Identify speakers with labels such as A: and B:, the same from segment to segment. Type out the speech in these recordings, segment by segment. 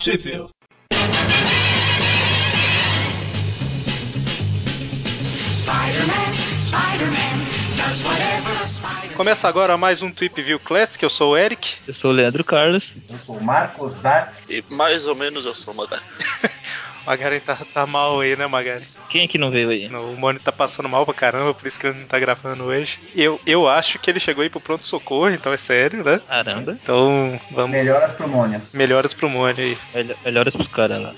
A: Sheffield.
B: Começa agora mais um Trip View Classic, eu sou o Eric.
C: Eu sou o Leandro Carlos.
D: Eu sou o Marcos Dark.
E: E mais ou menos eu sou o Magar.
B: Magari tá, tá mal aí, né, Magari?
C: Quem é que não veio aí?
B: O Mônio tá passando mal pra caramba, por isso que ele não tá gravando hoje. Eu, eu acho que ele chegou aí pro pronto-socorro, então é sério, né?
C: Caramba.
B: Então, vamos.
D: Melhoras pro Mônio.
B: Melhoras pro Mônio aí.
C: Melho- Melhoras pros caras lá.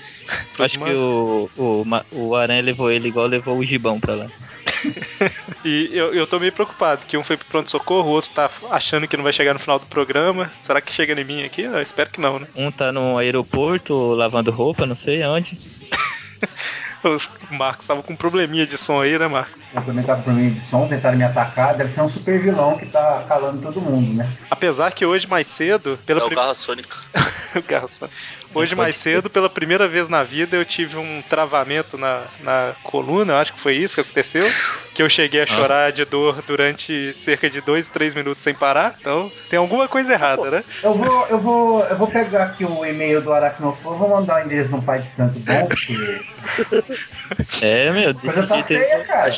B: Pros
C: Acho
B: mano.
C: que o, o, ma- o Aranha levou ele igual levou o Gibão pra lá.
B: E eu, eu tô meio preocupado, que um foi pro pronto-socorro, o outro tá achando que não vai chegar no final do programa. Será que chega em mim aqui? Eu espero que não, né?
C: Um tá no aeroporto lavando roupa, não sei aonde.
B: O Marcos tava com um probleminha de som aí, né, Marcos?
D: Complementado por mim de som, tentaram me atacar. Deve ser um super vilão que tá calando todo mundo, né?
B: Apesar que hoje mais cedo, pela
E: é o
B: primeira.
E: Garra Sônica.
B: O garçom. Hoje mais cedo, pela primeira vez na vida, eu tive um travamento na, na coluna, eu acho que foi isso que aconteceu. Que eu cheguei a
E: Ah.
B: chorar de dor durante cerca de dois, três minutos sem parar. Então, tem alguma coisa errada, né?
D: Eu vou, eu vou, eu vou pegar aqui o e-mail do Aracnofo, vou mandar o endereço no Pai de Santo bom, porque
C: É, meu,
D: a coisa tá
C: decidi ter...
D: feia, cara.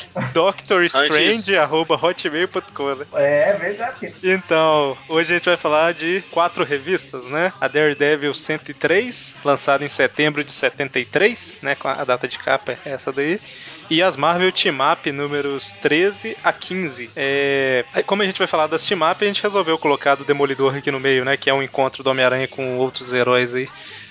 B: DoctorStrange.hotmail.com, né?
D: É verdade.
B: Então, hoje a gente vai falar de quatro revistas, né? A Daredevil 103, lançada em setembro de 73, né? Com a a data de capa é essa daí. E as Marvel Team Up números 13 a 15. É... aí Como a gente vai falar das Team Up, a gente resolveu colocar do Demolidor aqui no meio, né? Que é um encontro do Homem-Aranha com outros heróis aí.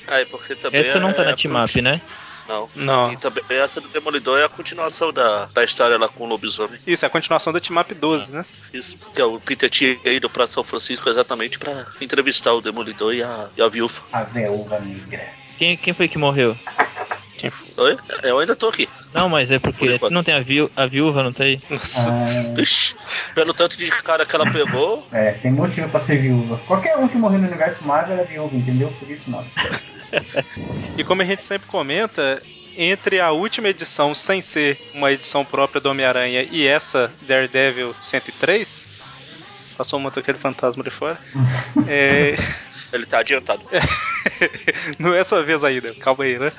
E: Ah, e porque também.
C: Essa não tá
E: é
C: na
E: a
C: team-up, né?
E: Não.
B: Não.
E: E também essa do Demolidor é a continuação da, da história lá com o lobisomem.
B: Isso, é a continuação da Team Up 12, né?
E: Isso. Que é o Peter tinha ido pra São Francisco exatamente pra entrevistar o Demolidor e a, e a viúva.
D: A viúva negra.
C: Quem, quem foi que morreu?
E: Oi? Eu ainda tô aqui.
C: Não, mas é
E: Por
C: porque
E: enquanto.
C: não tem a, viu- a viúva, não tem?
B: Nossa.
D: Ah,
E: Ixi, pelo tanto de cara que ela pegou,
D: é, tem motivo pra ser viúva. Qualquer um que morreu no universo Marvel é viúva, entendeu? Por isso não.
B: E como a gente sempre comenta, entre a última edição, sem ser uma edição própria do Homem-Aranha, e essa Daredevil 103, passou um motoqueiro fantasma de fora. é,
E: ele tá adiantado.
B: não é sua vez ainda, calma aí, né?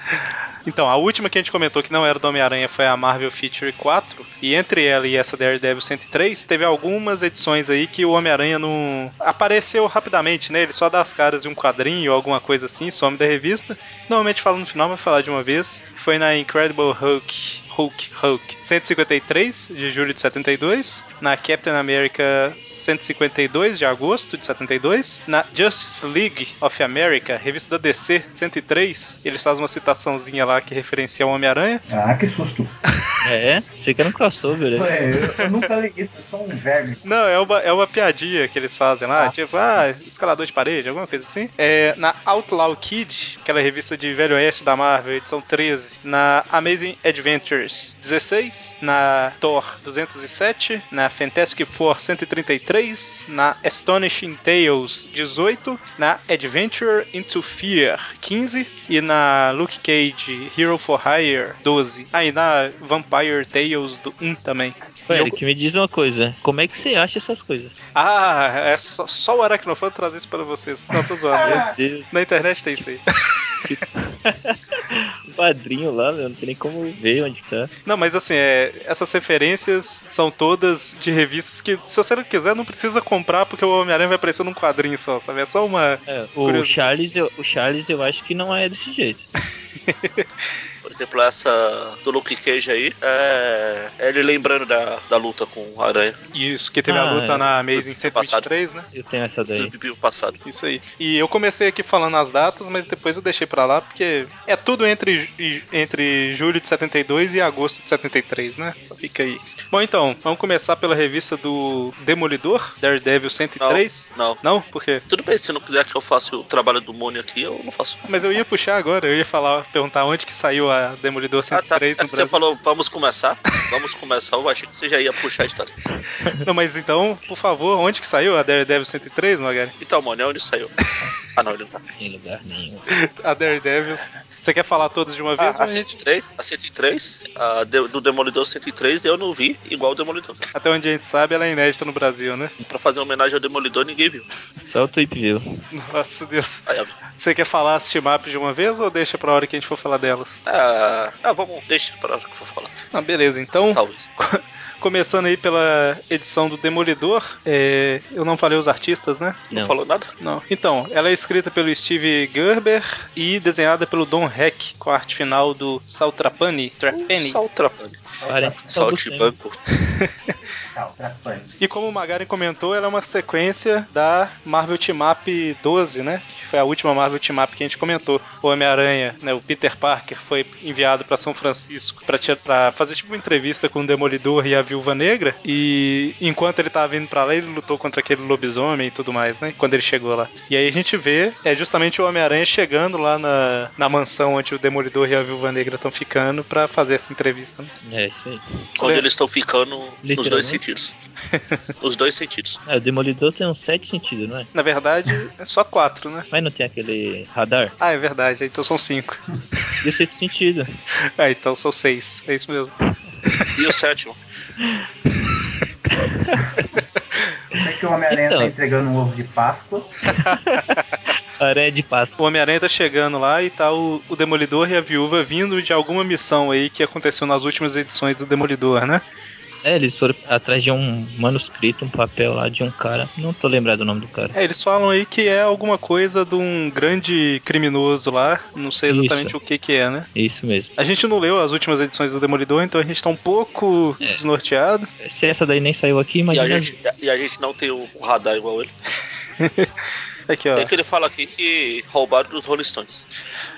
B: Então, a última que a gente comentou que não era do Homem-Aranha foi a Marvel Feature 4, e entre ela e essa Daredevil 103, teve algumas edições aí que o Homem-Aranha não apareceu rapidamente, né? Ele só dá as caras em um quadrinho ou alguma coisa assim, some da revista. Normalmente fala no final, mas falar de uma vez. Foi na Incredible Hulk. Hulk, Hulk 153 de julho de 72, na Captain America 152 de agosto de 72, na Justice League of America, revista da DC 103, eles fazem uma citaçãozinha lá que referencia o Homem-Aranha.
D: Ah, que susto.
C: É, sei que era um crossover. né?
D: É, eu, eu nunca li isso, eu sou um verme.
B: Não, é uma, é uma piadinha que eles fazem lá,
D: Ah.
B: tipo, ah, escalador de parede, alguma coisa assim. É, na Outlaw Kid, aquela revista de Velho Oeste da Marvel, edição 13. Na Amazing Adventures 16. Na Thor 207. Na Fantastic Four 133. Na Astonishing Tales 18. Na Adventure into Fear 15. E na Luke Cage Hero for Hire 12. Ah, e na Vampire Tales do 1 também.
C: Ô,
B: E eu-
C: Eric, me diz uma coisa. Como é que você acha essas coisas?
B: ah, é só, só o Aracnofan trazer isso pra vocês. Não, tô zoando. né?
D: Ah,
C: Deus,
B: Na internet tem isso aí.
C: o padrinho lá, meu, não tem nem como ver onde tá.
B: Não, mas assim, é, essas referências são todas de revistas que, se você não quiser, não precisa comprar, porque o Homem-Aranha vai aparecer num quadrinho só, sabe? É só uma.
C: É, o,
B: Curioso.
C: Charles, eu, o Charles eu acho que não é desse jeito.
E: Por exemplo, essa do Luke Cage aí, é ele lembrando da, da luta com o Aranha
B: Isso, que teve a
C: Ah,
B: luta
C: é.
B: na Amazing
E: Tá Passado.
B: 123, né?
C: Eu tenho essa daí.
E: do Bibi passado.
B: Isso aí. E eu comecei aqui falando as datas, mas depois eu deixei pra lá, porque é tudo entre, ju- entre julho de 72 e agosto de 73, né? Só fica aí. Bom, então, vamos começar pela revista do Demolidor, Daredevil 103.
E: Não.
B: Não? Por quê?
E: Tudo bem, se não quiser que eu faça o trabalho do Mônio aqui, eu não faço.
B: Mas eu ia puxar agora, eu ia falar, perguntar onde que saiu a Demolidor
E: Ah, tá.
B: 103
E: É
B: no
E: que você
B: Brasil.
E: falou, vamos começar? Vamos começar. Eu achei que você já ia puxar a história.
B: Não, mas então, por favor, onde que saiu a Daredevil 103, Magari?
E: Então, Mônio, é onde saiu? Ah, não, ele não tá.
C: Em lugar nenhum.
B: A Daredevil. Você quer falar todos de uma vez?
E: Ah, a
B: mas a gente-
E: 103, a 103, a Ah, de- do Demolidor 103 eu não vi igual o Demolidor.
B: Até onde a gente sabe, ela é inédita no Brasil, né?
E: Pra fazer homenagem ao Demolidor ninguém viu.
C: Só o Tweep viu.
B: Nossa Deus.
E: Aí, ó.
B: Você quer falar as team up de uma vez ou deixa pra hora que a gente for falar delas?
E: ah, ah, vamos, deixa pra hora que eu vou falar.
B: Ah, beleza. Então,
E: Talvez.
B: começando aí pela edição do Demolidor. é, Eu não falei os artistas, né?
E: Não,
C: Não.
E: falou nada?
B: Não. Então, ela é escrita pelo Steve Gerber e desenhada pelo Don Heck, com a arte final do Saltrapani. Trapani.
E: Só o Trapani.
D: Tá
C: Parem.
E: Só o Tibanco.
D: Saltrapani.
B: E como o Magaren comentou, ela é uma sequência da Marvel Team Up 12, né? Que foi a última Marvel Team Up que a gente comentou. O Homem-Aranha, né? O Peter Parker foi enviado pra São Francisco pra tira- pra fazer tipo uma entrevista com o Demolidor e a Viúva Negra. E enquanto ele tava vindo pra lá, ele lutou contra aquele lobisomem e tudo mais, né? Quando ele chegou lá. E aí a gente vê é justamente o Homem-Aranha chegando lá na, na mansão onde o Demolidor e a Viúva Negra estão ficando pra fazer essa entrevista. Né?
C: É isso aí.
E: Quando
B: Lembra?
E: eles estão ficando nos
C: Literalmente.
E: dois sentidos. Nos dois sentidos.
C: Ah, o Demolidor tem uns sete sentidos, não é?
B: Na verdade, é só quatro, né?
C: Mas não tem aquele radar?
B: Ah, é verdade, então são cinco.
C: E o sexto sentido?
B: Ah, então são seis. É isso mesmo.
E: E o sétimo?
D: Eu sei que o Homem-Aranha
C: Então.
D: tá entregando um ovo de Páscoa.
C: Aranha de Páscoa.
B: O Homem-Aranha tá chegando lá e tá o, o Demolidor e a Viúva vindo de alguma missão aí que aconteceu nas últimas edições do Demolidor, né?
C: É, eles foram atrás de um manuscrito, um papel lá de um cara. Não tô lembrado o nome do cara.
B: É, eles falam aí que é alguma coisa de um grande criminoso lá. Não sei exatamente
C: Isso.
B: o que que é, né?
C: Isso mesmo.
B: A gente não leu as últimas edições do Demolidor, então a gente tá um pouco
C: É.
B: desnorteado.
C: Se essa daí nem saiu aqui,
E: E
C: imagina.
E: a, gente, e a gente não tem o radar igual ele.
C: É.
B: Aqui, ó.
E: Tem que ele fala aqui que roubaram dos Rolling Stones.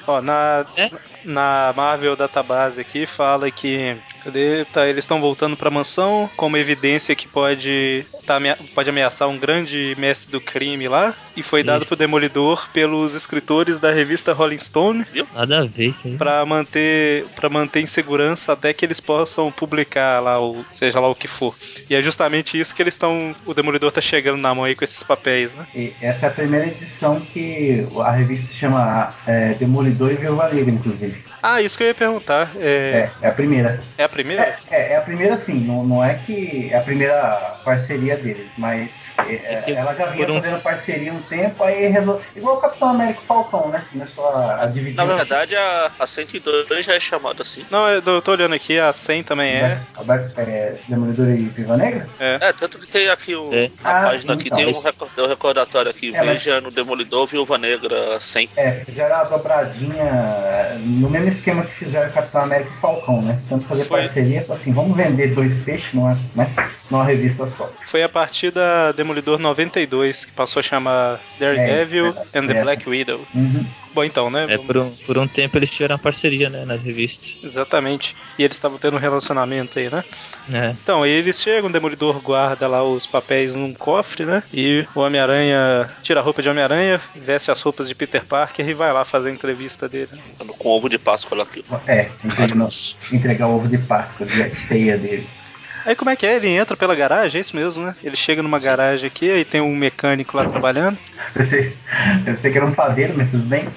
B: Ó, na,
C: É?
B: na Marvel Database aqui fala que. Cadê? Tá, eles estão voltando pra mansão com uma evidência que pode, tá, amea- pode ameaçar um grande mestre do crime lá. E foi dado
C: Isso.
B: pro Demolidor pelos escritores da revista Rolling Stone
C: Nada a ver. isso aí.
B: pra manter para manter em segurança até que eles possam publicar lá o seja lá o que for. E é justamente isso que eles estão. O Demolidor tá chegando na mão aí com esses papéis, né?
D: E essa é a primeira edição que a revista se chama é, Demolidor e Viúva Negra, inclusive.
B: Ah, isso que eu ia perguntar. É,
D: É, é a primeira.
B: é a primeira?
D: É, é, é a primeira sim, não, não é que é a primeira parceria deles, mas é, é,
C: que
D: ela já vinha
C: por um-
D: fazendo parceria um tempo, aí resolveu. Igual o Capitão América e o Falcão, né? Começou a, a dividir.
E: Na
D: o-
E: verdade, a, a 102 já é chamada assim.
B: Não, eu tô- eu tô olhando aqui, a 100 também é.
D: Alberto- Alberto, é, Demolidor e Viva Negra?
E: É, tanto que tem aqui um,
C: É.
E: na
D: Ah,
E: página
D: sim,
E: aqui,
D: então.
E: tem um, reco- tem um recordatório aqui.
D: É, mas-
E: Veja no Demolidor, Viúva Negra 100.
D: É, fizeram a dobradinha eh, no mesmo esquema que fizeram Capitão América e Falcão, né? Tanto fazer
B: Foi.
D: parceria, falou assim, vamos vender dois peixes numa, né? numa revista só.
B: Foi a partir da Demolidor 92 que passou a chamar
D: É,
B: Daredevil
D: isso,
B: and the
D: é.
B: Black Widow.
D: Uhum.
B: Bom, então, né?
C: É, por um, por um tempo eles tiveram uma parceria, né, nas revistas.
B: Exatamente. E eles estavam tendo um relacionamento aí, né?
C: né?
B: Então, aí eles chegam, o Demolidor guarda lá os papéis num cofre, né? E o Homem-Aranha tira a roupa de Homem-Aranha, veste as roupas de Peter Parker e vai lá fazer a entrevista dele. né?
E: Com ovo de Páscoa lá aqui.
D: É, entregando- entregar o ovo de Páscoa de teia dele.
B: Aí como é que é? Ele entra pela garagem, é isso mesmo, né? Ele chega numa garagem aqui, aí tem um mecânico lá trabalhando.
D: Pensei, pensei que era um padeiro, mas tudo bem.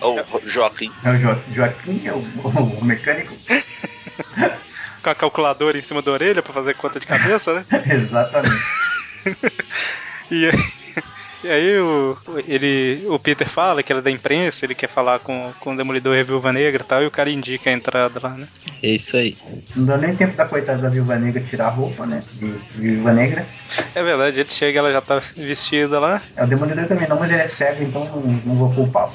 E: Ó, o Joaquim.
D: É o Jo- Joaquim, é o, o mecânico.
B: Com a calculadora em cima da orelha pra fazer conta de cabeça, né?
D: Exatamente.
B: E aí, e aí o, ele, o Peter fala que ele é da imprensa, ele quer falar com, com o Demolidor e a Viúva Negra e tal, e o cara indica a entrada lá, né?
C: É isso aí.
D: Não deu nem tempo da coitada da Viúva Negra tirar a roupa, né? De Viúva Negra.
B: É verdade, ele chega, ela já tá vestida lá.
D: É o Demolidor também não, mas ele é cego, então não, não vou culpá-lo.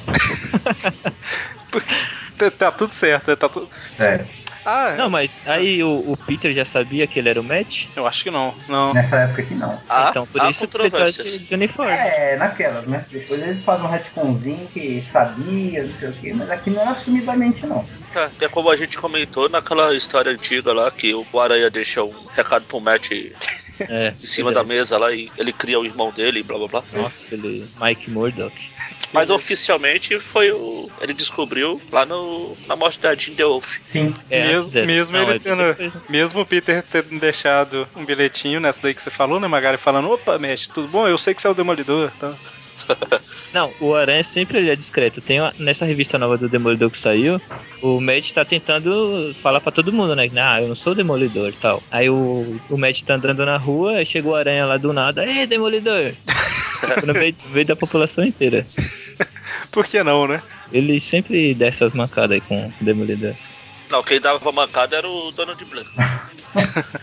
B: Tá, tá tudo certo, né? Tá tu...
D: É,
B: Ah,
C: Não, mas aí o, o Peter já sabia que ele era o Matt?
B: eu acho que não. Não.
D: nessa época aqui não.
E: Há,
C: então por
E: Ah, há
C: isso que ele tá de,
E: controvérsias.
C: de uniforme.
D: É, naquelas, né? Depois eles fazem um retconzinho que sabia, não sei o quê, mas aqui não era assumidamente, não.
E: É, é como a gente comentou naquela história antiga lá, que o Aranha deixa um recado pro Matt em
C: É,
E: cima da mesa lá e ele cria o irmão dele e blá blá blá.
C: Nossa, aquele Mike Murdock.
E: Mas oficialmente foi o. Ele descobriu lá no, na morte da Jean Delph.
D: Sim.
C: É,
B: mesmo
C: antes dessa.
B: mesmo
C: Não,
B: ele
C: é
B: tendo.
C: depois, né?
B: Mesmo o Peter tendo deixado um bilhetinho nessa daí que você falou, né, Magari? Falando, opa, mestre, tudo bom? Eu sei que você é o Demolidor. Tá?
C: Não, o Aranha sempre ele é discreto. Tem uma- nessa revista nova do Demolidor que saiu, o Matt tá tentando falar pra todo mundo, né? que, Ah, eu não sou o Demolidor e tal. Aí o, o Matt tá andando na rua, aí chega o Aranha lá do nada, Ê, Demolidor! Tipo, no meio, no meio da população inteira.
B: Por que não, né?
C: Ele sempre dá essas mancadas aí com o Demolidor.
E: Não, quem dava pra mancada era o Donald Blair.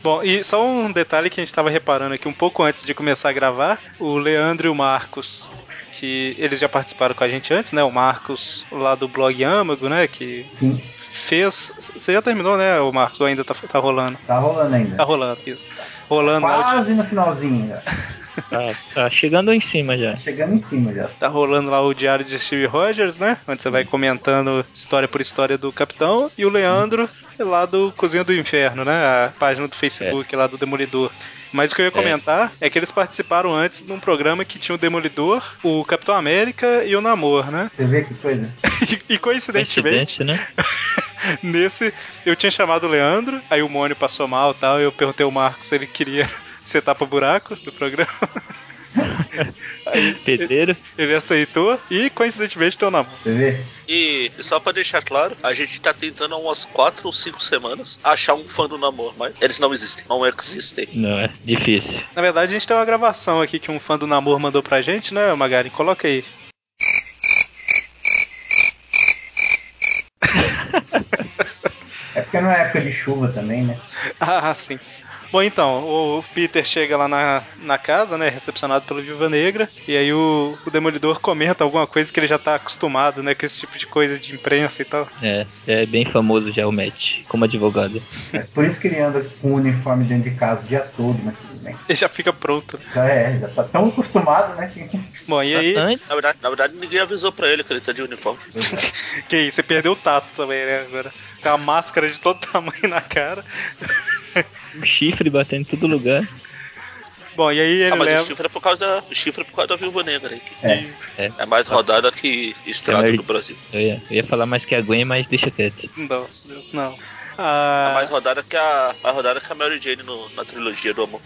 B: Bom, e só um detalhe que a gente tava reparando aqui um pouco antes de começar a gravar, o Leandro e o Marcos, que eles já participaram com a gente antes, né? O Marcos lá do blog Âmago, né? Que
D: Sim.
B: fez. Você já terminou, né, o Marcos? Ou ainda tá, tá rolando?
D: Tá rolando ainda.
B: Tá rolando, isso. Rolando né? lá o
D: Quase no finalzinho. já.
C: Tá, tá chegando em cima já.
D: Chegando em cima já.
B: Tá rolando lá o diário de Steve Rogers, né? Onde você vai comentando história por história do Capitão. E o Leandro, lá do Cozinha do Inferno, né? A página do Facebook lá do Demolidor. Mas o que eu ia comentar é. que eles participaram antes num programa que tinha o Demolidor, o Capitão América e o Namor, né?
D: Você vê que coisa?
B: E, e coincidentemente,
C: Coincidência, né?
B: nesse eu tinha chamado o Leandro, aí o Mônio passou mal e tal, e eu perguntei ao Marcos se ele queria ser tapa-buraco do programa.
C: Pedreiro.
B: Ele aceitou e coincidentemente tem o Namor.
D: Você vê?
E: E, e só pra deixar claro, a gente tá tentando há umas 4 ou 5 semanas achar um fã do namoro, mas eles não existem. Não existem.
C: Não, é difícil.
B: Na verdade, a gente tem uma gravação aqui que um fã do Namor mandou pra gente, né, Magari? Coloca aí.
D: É porque não é época de chuva também, né?
B: Ah, sim. Bom, então, o Peter chega lá na, na casa, né, recepcionado pelo Viúva Negra, e aí o, o Demolidor comenta alguma coisa que ele já tá acostumado, né, com esse tipo de coisa de imprensa e tal.
C: É, é bem famoso já o Matt, como advogado.
D: É por isso que ele anda com o uniforme dentro de casa o dia todo, mas tudo bem.
B: Ele já fica pronto.
D: Já é, já tá tão acostumado, né? que-
B: Bom, e aí,
C: Antes,
E: Na verdade, na verdade, ninguém avisou pra ele que ele tá de uniforme.
B: que aí, você perdeu o tato também, né, agora. Com a máscara de todo tamanho na cara.
C: um chifre batendo em todo lugar.
B: Bom, e aí ele
E: ah, mas o
B: leva...
E: chifre é por causa da. O chifre é por causa da viúva negra aí. que
D: É.
E: É mais rodada que estrada
C: É,
E: do Brasil.
C: Eu ia, eu ia falar mais que a Gwen, mas deixa quieto.
B: Nossa, Deus, não.
E: É
B: Ah,
E: mais rodada que a. Mais rodada que a Mary Jane no- na trilogia do amor.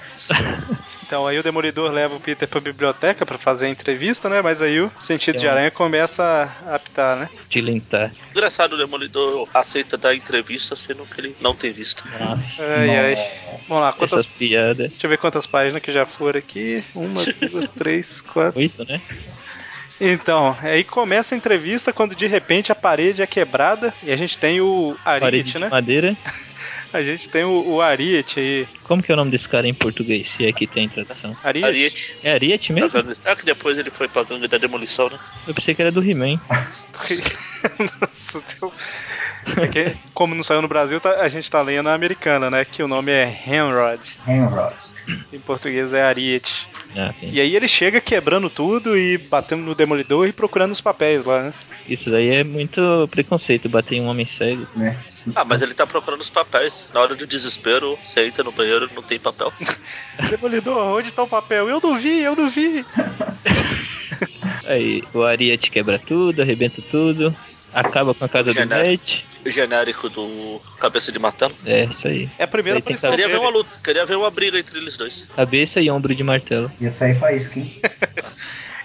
B: Então aí o Demolidor leva o Peter pra biblioteca pra fazer a entrevista, né? Mas aí o sentido de
C: É.
B: aranha começa a apitar, né?
C: Tilintar.
E: Engraçado, o Demolidor aceita dar entrevista, sendo que ele não tem visto.
C: Nossa,
B: Ai, ai. Vamos lá, quantas.
C: essas piadas.
B: Deixa eu ver quantas páginas que já foram aqui. Uma, duas, três, quatro.
C: Oito, né?
B: Então, aí começa a entrevista quando de repente a parede é quebrada e a gente tem o
C: Parede
B: Ariete,
C: de
B: né?
C: madeira.
B: A gente tem o, o Ariete aí.
C: Como que é o nome desse cara em português? Se aqui tem tradução.
B: Ariete?
E: Ariete.
C: É Ariete
E: da
C: mesmo?
E: gangue- É que depois ele foi pra gangue da demolição, né?
C: Eu pensei que era do He-Man.
B: Nossa, Deus. É que, como não saiu no Brasil, tá- a gente tá lendo a americana, né? Que o nome é Henrod.
D: Hemrod.
B: Em português é Ariete.
C: Ah, sim.
B: E aí ele chega quebrando tudo e batendo no demolidor e procurando os papéis lá, né?
C: Isso daí é muito preconceito, bater em um homem cego.
D: Né?
E: Ah, mas ele tá procurando os papéis. Na hora do desespero, você entra no banheiro não tem papel.
B: Demolidor, onde tá o papel? Eu não vi, eu não vi.
C: Aí o Ariete quebra tudo, arrebenta tudo. Acaba com a casa do
E: Genérico.
C: Matt.
E: O genérico do Cabeça de Martelo.
C: É, isso aí.
B: É a primeira
C: Ele tem
B: aparição
E: Queria ver uma
B: dele.
E: luta, queria ver uma briga entre eles dois.
C: Cabeça e ombro de martelo.
D: Ia sair faísca, hein?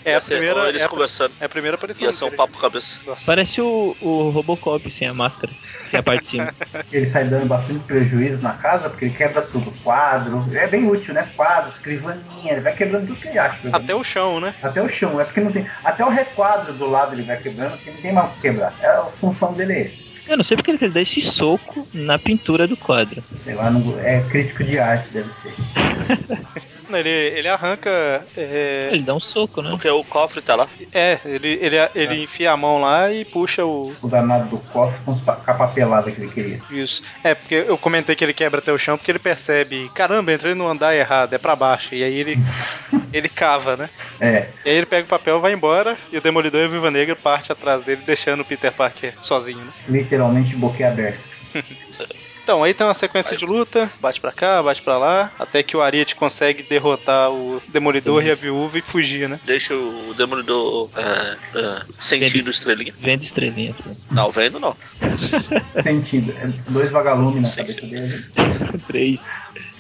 B: É
E: Ia
B: a
E: ser-
B: primeira,
E: ou
B: é
E: eles
B: a,
E: conversando.
B: é a primeira aparição
E: Ia ser um
B: dele.
E: papo cabeça.
B: Nossa.
C: Parece o, o Robocop sem a máscara. Sem a parte de cima.
D: Ele sai dando bastante prejuízo na casa, porque ele quebra tudo. Quadro. Ele é bem útil, né? Quadro, escrivaninha. Ele vai quebrando tudo que ele acha.
B: Até o chão, né?
D: Até o chão. É porque não tem... Até o requadro do lado ele vai quebrando, porque não tem mais o que quebrar. É, a função dele é esse.
C: Eu não sei porque ele quer dar esse soco na pintura do quadro.
D: Sei lá, não- é crítico de arte, deve ser.
B: Ele, ele arranca. É,
C: Ele dá um soco, né?
E: Porque o cofre tá lá.
B: é, ele, ele, ele enfia a mão lá e puxa o.
D: O danado do cofre com os pa- capa pelada que ele queria.
B: Isso. É, porque eu comentei que ele quebra até o chão porque ele percebe, caramba, entrei no andar errado, é pra baixo. E aí ele, ele cava, né?
D: É,
B: E aí ele pega o papel, vai embora, e o Demolidor e a Viva Negra parte atrás dele, deixando o Peter Parker sozinho, né?
D: literalmente boquiaberto.
B: Então, aí tem uma sequência de luta, bate pra cá, bate pra lá, até que o Ariete consegue derrotar o Demolidor e a Viúva e fugir, né?
E: Deixa o Demolidor é, é, sentindo estrelinha.
C: Vendo estrelinha. assim. pô.
E: Não, vendo não.
D: Sentido. É dois vagalumes na
E: Sim.
D: cabeça dele.
C: Três.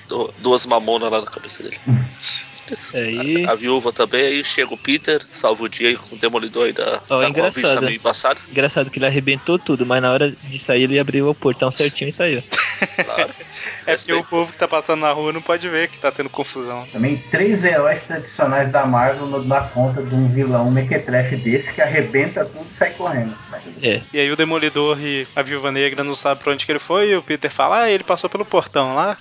E: Du- Duas mamonas lá na cabeça dele. Isso.
C: Aí.
E: A viúva também, aí chega o Peter, salva o dia com o Demolidor ainda
C: Ó,
E: tá com a
C: engraçado,
E: vista
C: né?
E: meio embaçada.
C: Engraçado que ele arrebentou tudo, mas na hora de sair ele abriu o portão certinho e saiu.
E: Claro.
B: É porque o povo que tá passando na rua não pode ver que tá tendo confusão.
D: Também três heróis tradicionais da Marvel não dá conta de um vilão mequetrefe desse que arrebenta tudo e sai correndo.
C: É.
B: E aí o Demolidor e a Viúva Negra não sabem pra onde que ele foi, e o Peter fala, ah, ele passou pelo portão lá.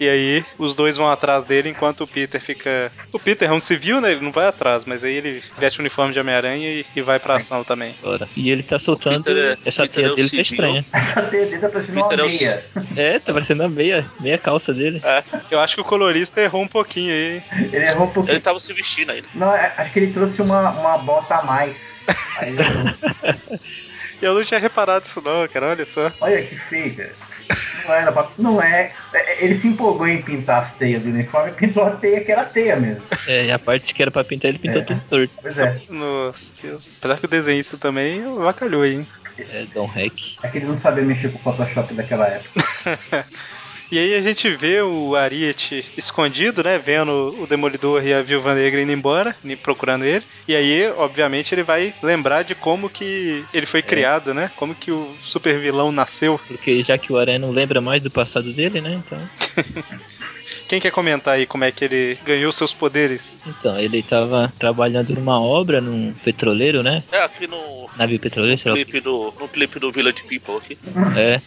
B: E aí os dois vão atrás dele enquanto o Peter fica. O Peter é um civil, né? Ele não vai atrás, mas aí ele veste o uniforme de Homem-Aranha e, e vai pra ação também.
C: Ora. E ele tá soltando.
E: Peter é-
C: essa
E: Peter é
C: teia
E: o
C: dele tá
E: civil.
C: estranha.
D: Essa TD tá parecendo uma
E: Peter é o-
D: meia.
C: É, tá parecendo a meia, meia calça dele.
B: Eu acho que o colorista errou um pouquinho aí.
D: Ele errou um pouquinho.
E: Ele tava se vestindo ainda.
D: Não, é- acho que ele trouxe uma, uma bota a mais. Aí eu-
B: Eu não tinha reparado isso não, cara. Olha só.
D: olha que feio, cara. Não era pra- Não é. é- Ele se empolgou em pintar as teias do uniforme e pintou a teia que era teia mesmo.
C: É, e a parte que era pra pintar ele pintou
D: É.
C: tudo torto.
D: Pois é.
B: Nossa, Deus. Apesar que o desenhista também vacalhou, hein?
C: É, Don Heck.
D: É que ele não sabia mexer com o Photoshop daquela época.
B: E aí a gente vê o Ariete escondido, né? Vendo o Demolidor e a Viúva Negra indo embora, e procurando ele. E aí, obviamente, ele vai lembrar de como que ele foi criado, né? Como que o super vilão nasceu.
C: Porque já que o Aranha não lembra mais do passado dele, né? Então.
B: Quem quer comentar aí como é que ele ganhou seus poderes?
C: Então, ele tava trabalhando numa obra num petroleiro, né?
E: É aqui no
C: Navio petroleiro, sei lá.
E: clipe do, no clipe do Village People aqui.
C: É.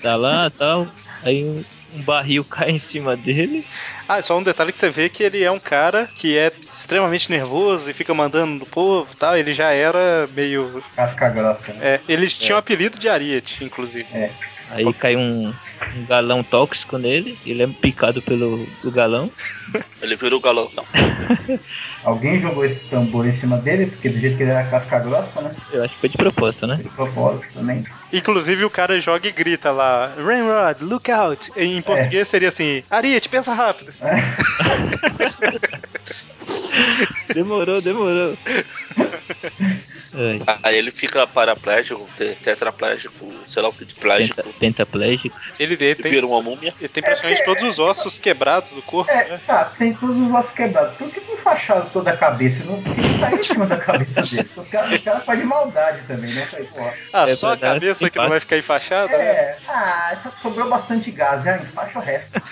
C: Tá lá tal. Aí um, um barril cai em cima dele.
B: Ah, só um detalhe que você vê que ele é um cara que é extremamente nervoso e fica mandando no povo e tal. Ele já era meio.
D: Casca grossa, né?
B: É, ele tinha um apelido de Ariete, inclusive.
C: Aí cai um, um galão tóxico nele. Ele é picado pelo o galão.
E: Ele virou o galão. Não.
D: Alguém jogou esse tambor em cima dele, porque do jeito que ele era casca grossa, né?
C: Eu acho que foi de propósito, né?
D: De propósito também.
B: Inclusive o cara joga e grita lá, Ramrod, look out! Em português seria assim, Ariete, pensa rápido.
C: Demorou, demorou. Ai,
E: Aí ele fica paraplégico, te- tetraplégico, sei lá o que de plástico.
C: penta- pentaplégico.
B: Ele, ele tem,
E: Vira uma múmia.
B: ele tem praticamente todos os ossos quebrados do corpo,
D: É,
B: né?
D: tá, tem todos os ossos quebrados. Por que não facharam toda a cabeça? Não por que que tá em cima da cabeça dele. Os caras os caras fazem maldade também, né? Falei, pô,
B: Ah,
C: É
B: só a
C: pra dar
B: cabeça que não
C: impacto.
B: vai ficar enfaixada, né?
D: É, ah, só que sobrou bastante gás, ah, enfaixa o resto.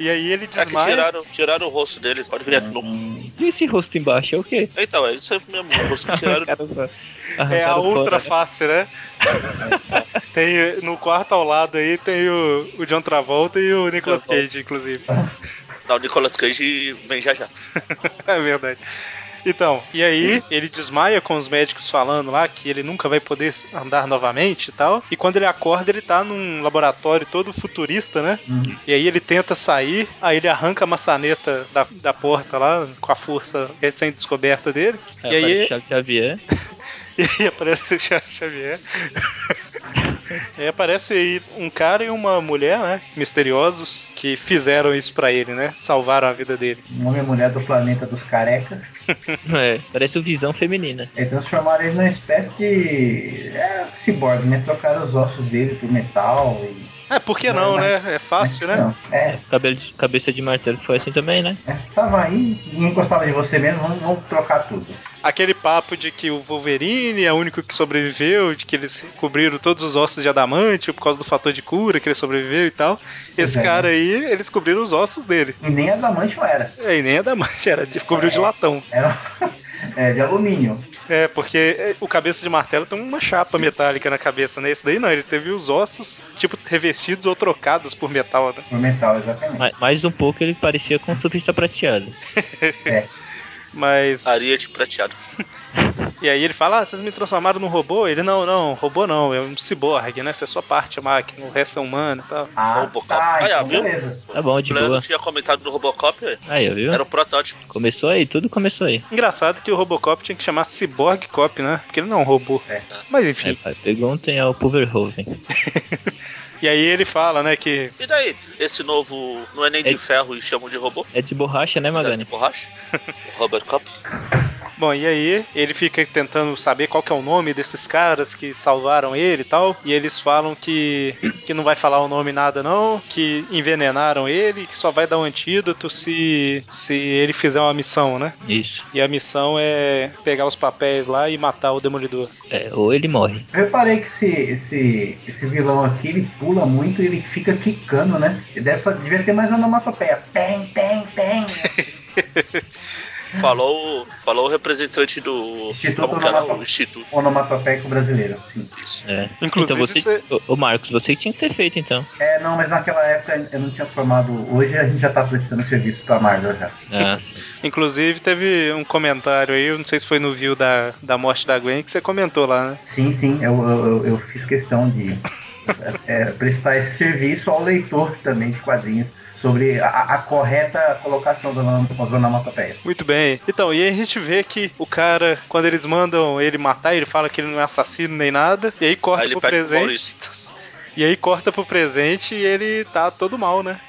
B: E aí ele
E: É que
B: desmaia.
E: tiraram, tiraram o rosto dele. Pode ver aqui
C: Hum.
E: no.
D: Um,
C: E esse rosto embaixo é o quê?
E: Então, é isso aí mesmo. O rosto que
C: Os
E: tiraram.
C: caras
B: É a
C: arrancaram
B: outra
C: fora, né?
B: face, né? tem, no quarto ao lado aí tem o, o John Travolta e o Nicolas
C: Travolta.
B: Cage, inclusive.
E: Não, o Nicolas Cage vem já já.
B: É verdade. Então, e aí ele desmaia com os médicos falando lá que ele nunca vai poder andar novamente e tal. E quando ele acorda, ele tá num laboratório todo futurista, né?
D: Uhum.
B: E aí ele tenta sair, aí ele arranca a maçaneta da, da porta lá, com a força recém-descoberta dele.
C: É,
B: e, aí,
C: aparece o Xavier.
B: e aí aparece o Charles Xavier. aí aparece aí um cara e uma mulher, né? Misteriosos, que fizeram isso pra ele, né? Salvaram a vida dele.
D: Um homem e mulher do planeta dos carecas.
C: É, parece o Visão Feminina.
D: E transformaram ele numa espécie de. É, ciborgue, né? Trocaram os ossos dele por metal e.
B: É, por que não, né? É fácil, né?
D: Não, é,
C: Cabelo de, cabeça de martelo que foi assim também, né?
D: é, tava aí, ninguém gostava de você mesmo, vamos, vamos trocar tudo.
B: Aquele papo de que o Wolverine é o único que sobreviveu, de que eles cobriram todos os ossos de adamante por causa do fator de cura que ele sobreviveu e tal. Esse
D: Exato.
B: cara aí, eles cobriram os ossos dele.
D: E nem adamantio era.
B: É, e nem adamante, era de, cobriu de latão.
D: Era é, de alumínio.
B: É, porque é, o cabeça de martelo tem uma chapa metálica na cabeça, né? Esse daí não, ele teve os ossos, tipo, revestidos ou trocados por metal, né?
D: Por metal, exatamente.
C: Ma- Mais um pouco ele parecia com o surfista prateado.
B: Mas.
E: Areia de prateado.
B: E aí ele fala: ah, vocês me transformaram num robô? Ele: não, não, robô não, é um ciborgue, né? Você é só parte é máquina, o resto é humano e tal.
D: Ah,
E: Robocop.
D: tá,
E: Aí, ó,
D: então
E: viu?
D: beleza.
C: Tá bom,
E: O
C: de
E: Leandro
C: boa.
E: tinha comentado do Robocop, velho.
C: Aí, ó, viu?
E: Né? Era um o protótipo.
C: Começou aí, tudo começou aí.
B: Engraçado que o Robocop tinha que chamar Cyborg Cop, né? Porque ele não é um robô.
D: É.
B: Mas enfim.
C: É, pai, pegou ontem ao Pulverhoven.
B: E aí ele fala, né, que.
E: E daí? Esse novo não é nem de
C: É-
E: ferro e chamam de robô?
C: É de borracha, né,
E: Mas é de
C: Magani?
E: borracha? O Robert Cop?
B: Bom, e aí ele fica tentando saber qual que é o nome desses caras que salvaram ele e tal. E eles falam que, que não vai falar o nome nada, não, que envenenaram ele, que só vai dar um antídoto se, se ele fizer uma missão, né?
C: Isso.
B: E a missão é pegar os papéis lá e matar o demolidor.
C: É, ou ele morre.
D: Eu reparei que esse, esse, esse vilão aqui, ele pula muito e ele fica quicando, né? Ele deve, fa- devia ter mais onomatopeia. Pem, pem, pem.
E: Falou, falou o representante do.
D: Instituto
E: como que era?
D: Onomatopeia.
E: O Instituto.
D: Onomatopeico brasileiro, sim.
E: Isso.
C: É.
B: Inclusive,
C: então você.
B: você-
C: Ô, ô, Marcos, você que tinha que ter feito, então.
D: É, não, mas naquela época eu não tinha formado. Hoje a gente já tá prestando serviço pra Marvel já.
C: Ah,
B: Inclusive, teve um comentário aí, eu não sei se foi no view da, da morte da Gwen, que você comentou lá, né?
D: Sim, sim, eu, eu, eu- eu fiz questão de é, prestar esse serviço ao leitor também de quadrinhos sobre a, a correta colocação da nom- das onomatopeias.
B: Muito bem. Então, e aí a gente vê que o cara, quando eles mandam ele matar, ele fala que ele não é assassino nem nada, e aí corta
E: Aí ele
B: pro
E: pede pro
B: presente. E aí corta pro presente e ele tá todo mal, né?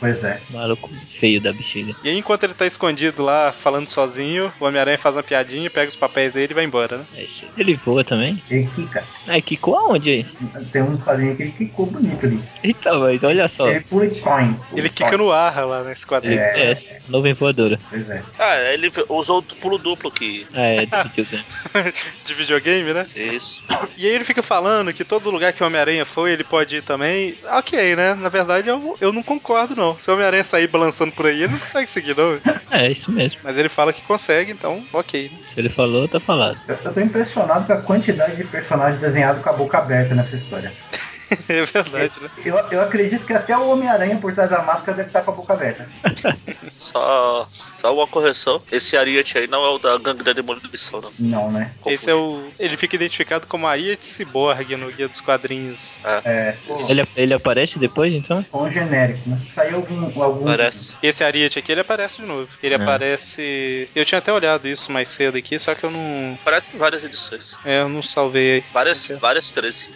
D: Pois é.
C: maluco feio da bexiga.
B: E aí, enquanto ele tá escondido lá, falando sozinho, o Homem-Aranha faz uma piadinha, pega os papéis dele e vai embora, né?
C: É isso. Ele voa também.
D: Ele quica.
C: Ah, que aonde aí?
D: Tem um quadrinho que ele quicou bonito ali.
C: Eita, mas olha só.
D: Ele pula e coin.
B: Ele quica no ar lá nesse quadrinho.
C: É, nova voadora.
D: Pois é.
E: Ah, ele usou o pulo duplo aqui.
C: Ah, é, do videogame.
B: De videogame, né?
E: Isso.
B: E aí ele fica falando que todo lugar que o Homem-Aranha foi, ele pode ir também. Ok, né? Na verdade, eu, eu não concordo, não. Se o Homem-Aranha sair balançando por aí, ele não consegue seguir, não.
C: É, isso mesmo.
B: Mas ele fala que consegue, então, ok.
C: Se ele falou, tá falado.
D: Eu, eu tô impressionado com a quantidade de personagens desenhados com a boca aberta nessa história.
B: É verdade, né?
D: Eu, eu acredito que até o Homem-Aranha por trás da máscara deve estar com a boca aberta.
E: Só, só uma correção. Esse Ariete aí não é o da gangue da demolição, não.
D: Não, né?
E: Confundi.
B: Esse é o. Ele fica identificado como Aria de Cyborg no Guia dos Quadrinhos.
D: É.
C: Ele, ele aparece depois, então?
D: Com um genérico, né? Saiu algum.
B: um.
D: algum
E: Parece.
B: Esse Ariete aqui, ele aparece de novo. Ele
C: É.
B: aparece. Eu tinha até olhado isso mais cedo aqui, só que eu não.
E: Parece várias edições.
B: É, eu não salvei.
E: Várias, várias 13.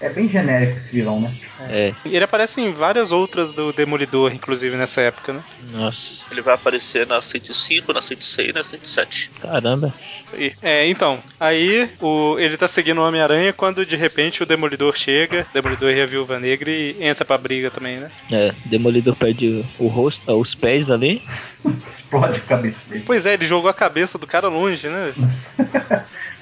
D: É bem genérico esse vilão, né?
C: É.
B: Ele aparece em várias outras do Demolidor, inclusive, nessa época, né?
C: Nossa,
E: Ele vai aparecer na 105, na 106 e na 107.
C: caramba.
B: Isso aí. É, então, aí o, ele tá seguindo o Homem-Aranha quando de repente o Demolidor chega, o Demolidor e a Viúva Negra e entra pra briga também, né?
C: É, Demolidor perde o, o rosto, ó, os pés ali.
D: Explode a cabeça dele.
B: Pois é, ele jogou a cabeça do cara longe, né?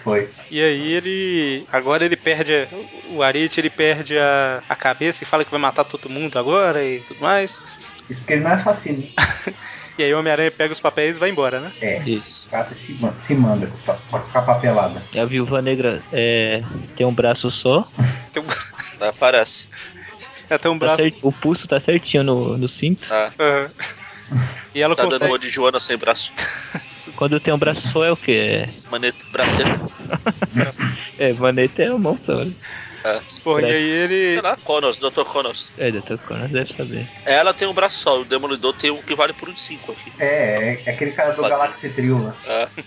D: Foi.
B: E aí ele. Agora ele perde. a- O Arit ele perde a, a cabeça e fala que vai matar todo mundo agora e tudo mais.
D: Isso porque ele não é assassino. né?
B: E aí o Homem-Aranha pega os papéis e vai embora, né?
D: É.
C: Isso.
D: O cara se, man- se manda pra, pra ficar papelada.
C: E a viúva negra é, tem um braço só.
B: Tem um-
E: Ah, Aparece.
B: até um
C: Tá
B: braço.
C: cer- o pulso tá certinho no, no cinto.
E: Ah,
B: Aham. E ela
E: tá dando
B: consegue.
E: uma de Joana sem braço.
C: Quando tem um braço só é o quê?
E: Maneta, braceta.
C: É, é maneta é a mão só. né?
E: Ah,
B: Pô, e aí ele.
E: sei lá, Connors, Dr. Connors.
C: É, Dr. Connors deve saber.
E: Ela tem um braço só, o Demolidor tem um que vale por um 5 aqui.
D: É, é, é aquele cara do
E: Pode.
D: Galaxy Trio lá.
E: Ah, tem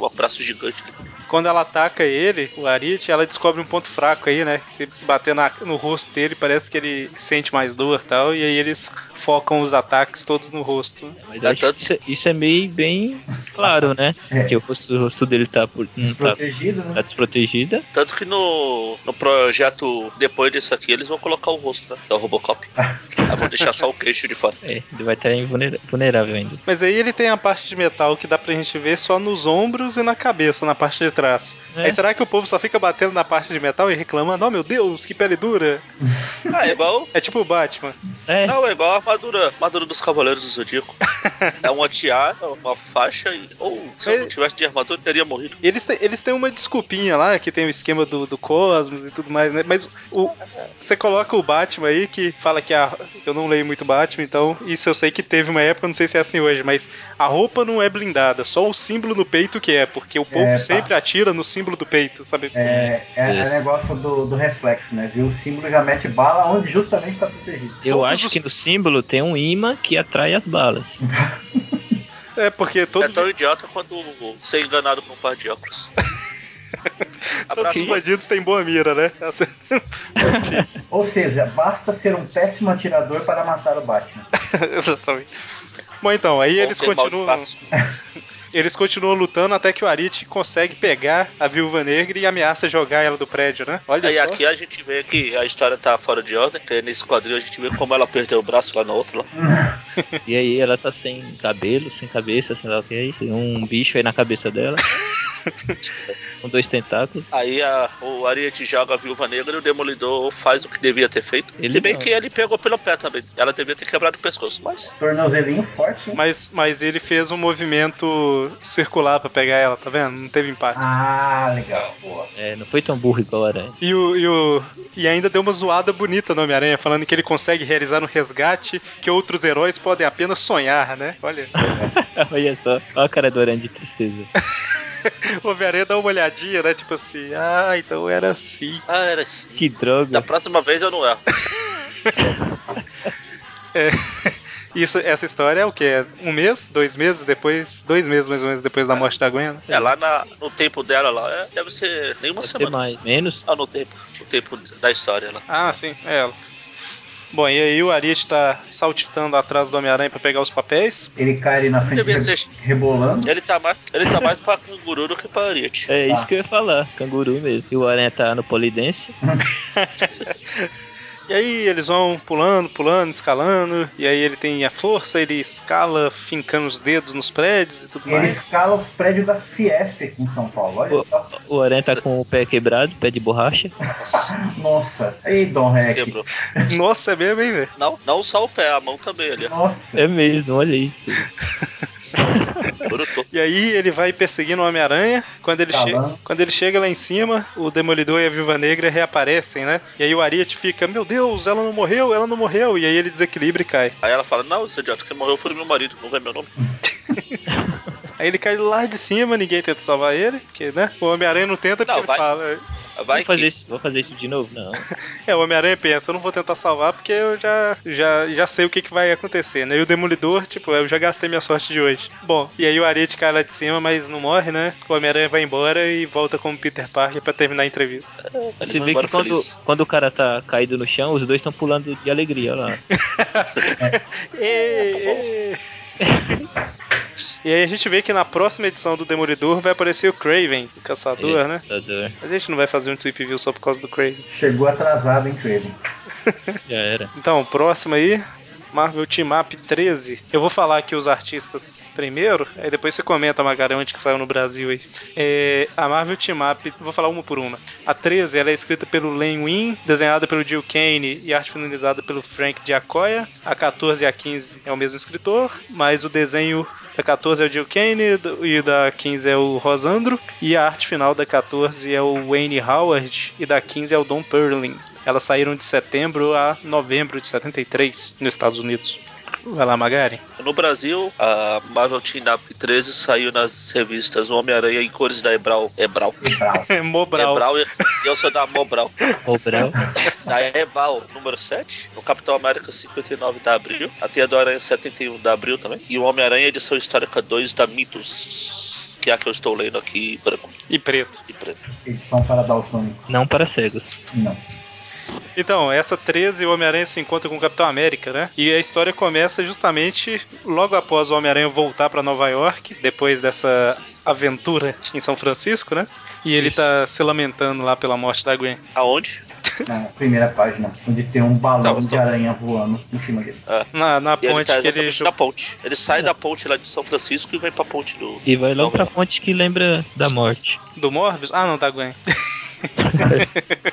E: um braço gigante.
B: Quando ela ataca ele, o Arit, ela descobre um ponto fraco aí, né? Que se se bater na- no rosto dele, parece que ele sente mais dor e tal. E aí eles focam os ataques todos no rosto. né?
C: Mas
E: É
C: acho
E: tanto-
C: que isso, isso é meio bem claro, né?
D: É.
C: Que o rosto, o rosto dele tá, por, não tá,
D: Desprotegido, né?
C: tá desprotegida.
E: Tanto que no, no projeto depois disso aqui, eles vão colocar o rosto, né? Que é o Robocop. Aí vão deixar só o queixo de fora.
C: É, ele vai estar invulnera- vulnerável ainda.
B: Mas aí ele tem a parte de metal que dá pra gente ver só nos ombros e na cabeça, na parte de trás.
C: É.
B: Aí será que o povo só fica batendo na parte de metal e reclamando: Oh meu Deus, que pele dura?
E: Ah, é igual.
B: É tipo o Batman.
C: É,
E: Não, é igual a armadura, armadura dos Cavaleiros do Zodíaco. É uma tiara, uma faixa e. Ou se eu não tivesse de armadura, eu teria morrido.
B: E Eles, te- eles têm uma desculpinha lá, que tem o esquema do, do Cosmos e tudo mais, né? Mas o, você coloca o Batman aí, que fala que a, eu não leio muito Batman, então isso eu sei que teve uma época, não sei se é assim hoje, mas a roupa não é blindada, só o símbolo no peito que é, porque o povo
D: tá.
B: sempre atira no símbolo do peito, sabe?
D: É, é,
C: É.
D: é negócio do, do reflexo, né? Viu? O símbolo já mete bala onde justamente tá protegido.
C: eu
B: todos
C: acho
B: os-
C: que no símbolo tem um imã que atrai as balas.
B: É, porque todo,
E: É tão idiota quanto ser enganado por um par de óculos.
B: Todos os bandidos têm boa mira, né? Essa-
D: Ou seja, basta ser um péssimo atirador para matar o Batman.
B: Exatamente. Bom, então, aí eles
E: Ou ter mal de
B: continuam.
E: passo.
B: Eles continuam lutando até que o Arit consegue pegar a viúva negra e ameaça jogar ela do prédio, né? Olha
E: Aí
B: só.
E: aqui a gente vê que a história tá fora de ordem. que Nesse quadril a gente vê como ela perdeu o braço lá na outra. Lá.
C: E aí ela tá sem cabelo, sem cabeça, sei lá o que aí. Tem um bicho aí na cabeça dela. com dois tentáculos.
E: Aí a, o Ariete joga a viúva negra e o demolidor faz o que devia ter feito.
C: Ele
E: Se bem
C: não.
E: que ele pegou pelo pé também. Ela devia ter quebrado o pescoço. Mas
D: Tornozelinho forte,
E: é-
D: hein?
B: Mas, mas ele fez um movimento circular pra pegar ela, tá vendo? Não teve impacto.
D: Ah, legal, boa.
C: É, não foi tão burro igual a aranha.
B: E, o, e, o- e ainda deu uma zoada bonita no Homem-Aranha, falando que ele consegue realizar um resgate que outros heróis podem apenas sonhar, né? Olha,
C: Olha só, olha a cara do aranha de tristeza.
B: o Homem-Aranha dá uma olhadinha, né? Tipo assim, ah, então era assim.
E: ah, era assim.
C: Que
E: Da
C: droga.
E: próxima vez eu não erro.
B: Isso, essa história é o quê? Um mês? Dois meses depois? Dois meses mais ou menos depois da morte da Gwen, né?
E: É lá na- no tempo dela lá. é, deve ser nenhuma
C: Pode ser
E: semana.
C: mais. Menos?
E: Ah, no tempo. O tempo da história lá.
B: Ah, sim, é ela. Bom, e aí o Ariete tá saltitando atrás do Homem-Aranha pra pegar os papéis.
D: Ele cai ali na frente
E: Devia
D: re-
E: ser-
D: rebolando.
E: Ele tá mais, ele tá mais pra canguru do que pra Ariete.
C: É
D: Tá.
C: isso que eu ia falar. Canguru mesmo. E o aranha tá no polidense.
B: E aí eles vão pulando, pulando, escalando. E aí ele tem a força, ele escala fincando os dedos nos prédios e tudo
D: Ele
B: mais.
D: escala o prédio das Fiesp aqui em São Paulo, olha
C: Pô.
D: só.
C: O aranha tá com o pé quebrado, pé de borracha.
D: Nossa, ei, Dom Rec.
E: Quebrou.
B: Nossa, é mesmo, hein, velho?
E: Não, não só o pé, a mão também ali. ó.
D: Nossa,
C: É mesmo, olha isso.
E: Brutou.
B: E aí ele vai perseguindo o Homem-Aranha. Quando, ele che-
D: Escalando.
B: quando ele chega lá em cima, o Demolidor e a Viúva Negra reaparecem, né? E aí o Ariete fica, meu Deus, ela não morreu, ela não morreu. E aí ele desequilibra e cai.
E: Aí ela fala, não, seu idiota, quem morreu foi meu marido, não vê meu nome.
B: Aí ele cai lá de cima, ninguém tenta salvar ele, porque, né? O Homem-Aranha não tenta porque
E: Não,
B: ele
E: vai-
B: fala.
E: Vai
C: vou, fazer
E: que...
C: isso, vou fazer isso de novo? Não.
B: É, o Homem-Aranha pensa, eu não vou tentar salvar porque eu já, já, já sei o que, que vai acontecer, né? E o Demolidor, tipo, eu já gastei minha sorte de hoje. Bom, e aí o Ariete cai lá de cima, mas não morre, né? O Homem-Aranha vai embora e volta como Peter Parker pra terminar a entrevista.
E: Eles
C: Você
E: vão
C: vê que
E: embora
C: quando,
E: felizes.
C: quando o cara tá caído no chão, os dois estão pulando de alegria, olha lá.
B: Ê, ê. e aí a gente vê que na próxima edição do Demolidor vai aparecer o Craven, o caçador, né?
C: Computador.
B: A gente não vai fazer um tweet view só por causa do Craven.
D: chegou atrasado, hein, Craven?
C: Já era.
B: Então, próximo aí. Marvel Team Up 13. Eu vou falar aqui os artistas primeiro, aí depois você comenta, Magari, onde que saiu no Brasil aí. É, a Marvel Team Up, vou falar uma por uma. A 13, ela é escrita pelo Len Wein, desenhada pelo Jill Kane e arte finalizada pelo Frank Giacoya. A 14 e a 15 é o mesmo escritor, mas o desenho da 14 é o Jill Kane do- e da 15 é o Rosandro. E a arte final da 14 é o Wayne Howard e da 15 é o Don Perlin. Elas saíram de setembro a novembro de 73 nos Estados Unidos. Vai lá, Magari.
E: No Brasil, a Marvel Team Up 13 saiu nas revistas Homem-Aranha em cores da Ebral. Ebral.
D: Legal.
B: Mobral.
E: Ebral e e eu sou da Mobral.
C: Obral.
E: Da Ebal, número 7. O Capitão América, 59 da Abril. A Teia do Aranha, 71 da Abril também. E o Homem-Aranha, edição histórica 2 da Mitos. Que é a que eu estou lendo aqui, branco
B: E preto.
E: e preto.
D: Edição para Daltônico.
C: Não para cegos.
D: Não.
B: Então, essa 13, o Homem-Aranha se encontra com o Capitão América, né? E a história começa justamente logo após o Homem-Aranha voltar pra Nova York, depois dessa aventura em São Francisco, né? E ele tá se lamentando lá pela morte da Gwen.
E: Aonde?
D: Na primeira página, onde tem um balão
E: Tá,
D: de
E: só-
D: aranha voando em cima dele.
B: Na, na
E: E ele
B: ponte
E: tá
B: que ele.
E: exatamente
B: jo-
E: na ponte. Ele sai da ponte lá de São Francisco e vai pra ponte do.
C: E vai logo pra fonte que lembra da morte.
B: Do Morbius? Ah, não, da Gwen.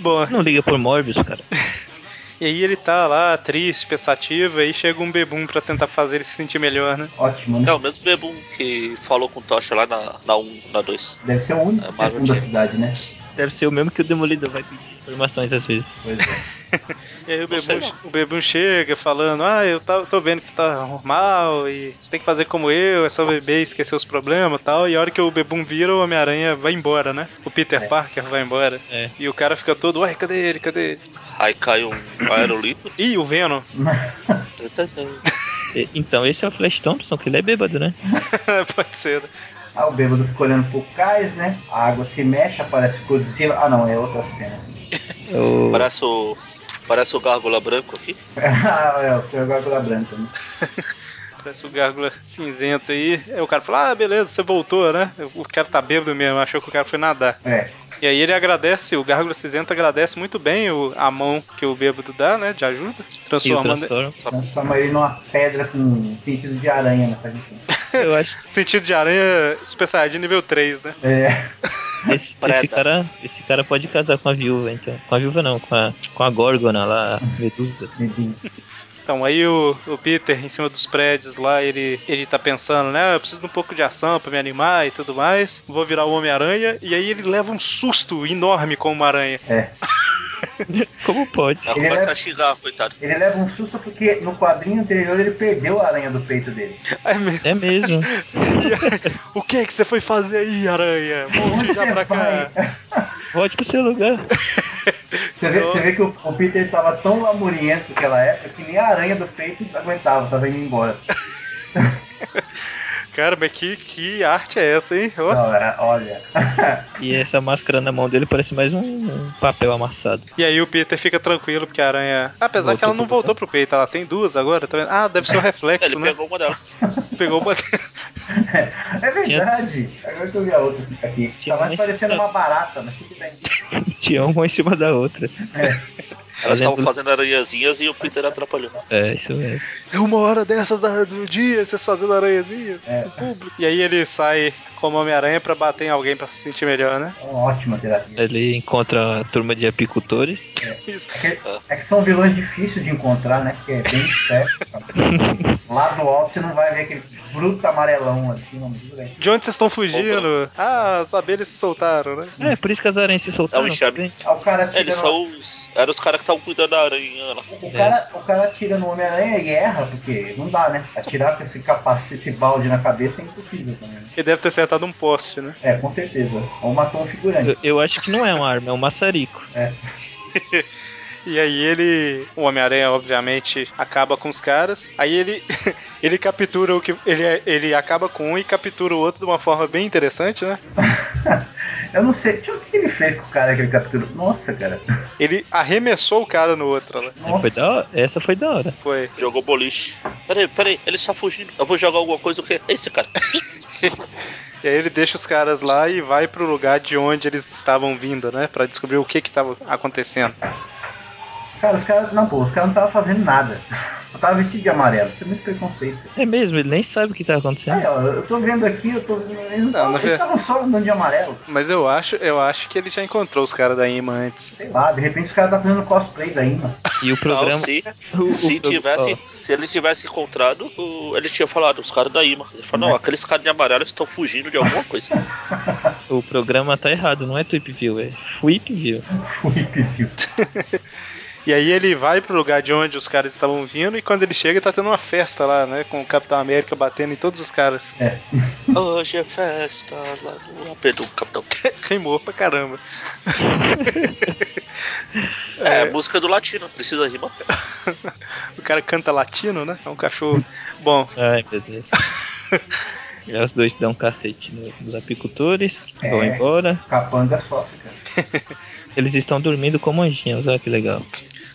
B: Bom,
C: Não liga por Morbius, cara.
B: E aí ele tá lá, triste, pensativo, aí chega um bebum pra tentar fazer ele se sentir melhor, né?
D: Ótimo, né?
E: É o mesmo Bebum que falou com o Tocha lá na, na 1, na 2.
D: Deve ser o único
E: É,
D: bebum da
E: Marvel.
D: cidade, né?
C: Deve ser o mesmo que o Demolidor vai pedir informações às vezes.
D: Pois é.
B: E aí o
E: Não sei
B: bebum, o bebum chega falando, ah, eu tá- tô vendo que você tá normal e você tem que fazer como eu, é só beber e esquecer os problemas e tal. E a hora que o bebum vira, o Homem-Aranha vai embora, né? O
E: É.
B: Peter Parker vai embora.
C: É.
B: E o cara fica todo, ué, cadê ele, cadê ele?
E: Aí cai um aerolito.
B: Ih, o Venom.
C: E- Então, esse é o Flash Thompson, que ele é bêbado, né?
B: Pode ser. né?
D: Ah, o bêbado fica olhando pro cais, né? A água se mexe, aparece o Godzilla. Ah, não, é outra cena.
C: É O-
E: Parece o. Parece o Gárgula Branco aqui.
D: ah, é, o senhor Gárgula Branca, né?
B: Parece o Gárgula cinzento aí. Aí o cara fala, ah, beleza, você voltou, né? O cara tá bêbado mesmo, achou que o cara foi nadar.
D: É,
B: E aí ele agradece, o Gárgula cinzento agradece muito bem o- a mão que o bêbado dá, né, de ajuda.
C: e o
B: Transformando...
C: transtorno.
E: Tá
D: transforma ele numa pedra com sentido de aranha na frente.
C: Eu acho
B: Sentido de aranha, Super Saiyajin nível 3, né?
D: É,
C: que esse,
E: Preda.
C: esse cara, esse cara pode casar com a viúva, então. Com a viúva não, com a, com a Gorgona lá, a Medusa.
D: Medusa.
B: Então, aí o, o Peter, em cima dos prédios lá, ele, ele tá pensando, né? Eu preciso de um pouco de ação pra me animar e tudo mais. Vou virar o Homem-Aranha. E aí ele leva um susto enorme com uma aranha.
D: é.
C: Como pode?
E: Ela
D: Ele
E: começa
D: é-
E: tá a xingar, coitado.
D: Ele leva um susto porque no quadrinho anterior ele perdeu a aranha do peito dele.
B: Aí, me-
C: É mesmo.
B: o que é que você foi fazer aí, aranha? Volte
D: Onde
B: já
D: você
B: pra cá.
D: vai?
C: Volte pro seu lugar.
D: Você vê, você vê que o, o Peter tava tão lamuriento naquela época que nem a aranha do peito aguentava, tava indo embora.
B: Cara, mas que, que arte é essa, hein? Ó.
D: Não, é, olha.
C: E essa máscara na mão dele parece mais um, um papel amassado.
B: E aí o Peter fica tranquilo, porque a aranha. Apesar
C: Voltou
B: que ela não
C: pro
B: voltou pro peito, ela tem duas agora, tá vendo? Ah, deve ser um
E: É, Ele
B: reflexo, né?
E: pegou uma delas.
B: Pegou uma.
D: É verdade. Agora que eu vi a outra aqui.
C: Tinha
D: Tá mais
C: muito-
D: parecendo uma barata, mas tudo bem.
C: Tinha uma em cima da outra.
E: Elas estavam
C: Fazendo-
E: fazendo aranhazinhas e o Peter atrapalhou.
C: É, isso mesmo.
B: É uma hora dessas da- do dia, vocês fazendo aranhazinha.
D: É.
B: E aí ele sai como Homem-Aranha pra bater em alguém pra se sentir melhor, né?
D: É Uma ótima terapia.
C: Ele encontra a turma de apicultores.
B: Isso.
D: É que são vilões difíceis de encontrar, né? Porque é bem esperto. cara. Lá do alto você não vai ver aquele bruto amarelão assim, não tudo bem.
B: De onde vocês estão fugindo? Ah, as abelhas se soltaram, né?
C: É, por isso que as aranhas se soltaram.
E: É um enxame.
D: Aí o cara tira
E: Eles
D: no...
E: são os. Eram os caras que estavam cuidando da aranha né? lá.
D: O cara, o cara atira no Homem-Aranha e erra, porque não dá, né? Atirar com esse capacete, esse balde na cabeça é impossível também. né?
B: Ele deve ter acertado um poste, né?
D: É, com certeza. Ou matou um figurante.
C: Eu, eu acho que não é uma arma, é um maçarico.
B: E aí ele, o Homem-Aranha obviamente acaba com os caras. Aí ele ele captura o que ele ele acaba com um e captura o outro de uma forma bem interessante, né?
D: Eu não sei. Deixa eu ver o que ele fez com o cara que ele capturou. Nossa, cara.
B: Ele arremessou o cara no outro, né?
D: Nossa.
C: É, Foi da hora. Essa foi da hora.
B: Foi.
E: Jogou boliche. Peraí, peraí, ele está fugindo. Eu vou jogar alguma coisa, o quê? É Esse cara.
B: E aí ele deixa os caras lá e vai pro lugar de onde eles estavam vindo, né, Pra descobrir o que que tava acontecendo.
D: Cara, os caras. Não, pô, os caras não estavam fazendo nada. Só tava vestido de amarelo. Isso é muito preconceito.
C: É mesmo, ele nem sabe o que tá acontecendo.
E: É.
D: Aí, ó, eu tô vendo aqui, eu tô vendo. Eles não tavam-
B: mas é-
D: eles estavam só andando de amarelo.
B: Mas eu acho, eu acho que ele já encontrou os caras da IMA antes.
D: Sei lá, de repente os caras tá fazendo cosplay da Ima.
C: E o programa.
E: Não, se,
C: o- o
E: se
C: pro-
E: tivesse.
C: ó,
E: Se ele tivesse encontrado, o- ele tinha falado, os caras da IMA. Ele falou, não, aqueles caras de amarelo estão fugindo de alguma coisa.
C: o programa tá errado, não é Tweepview, é Flipview.
D: Fui pediu.
B: E aí ele vai pro lugar de onde os caras estavam vindo e quando ele chega tá tendo uma festa lá, né, com o Capitão América batendo em todos os caras.
E: Hoje é festa lá no AP do Capitão.
B: Rimou pra caramba.
E: É, música do latino, precisa rimar.
B: O cara canta latino, né? É um cachorro. Bom,
C: Ai, meu Deus. E aí os dois dão um cacete no- nos apicultores,
D: É.
C: vão embora.
D: Capanga sofre, cara.
C: Eles estão dormindo como anjinhos, olha que legal.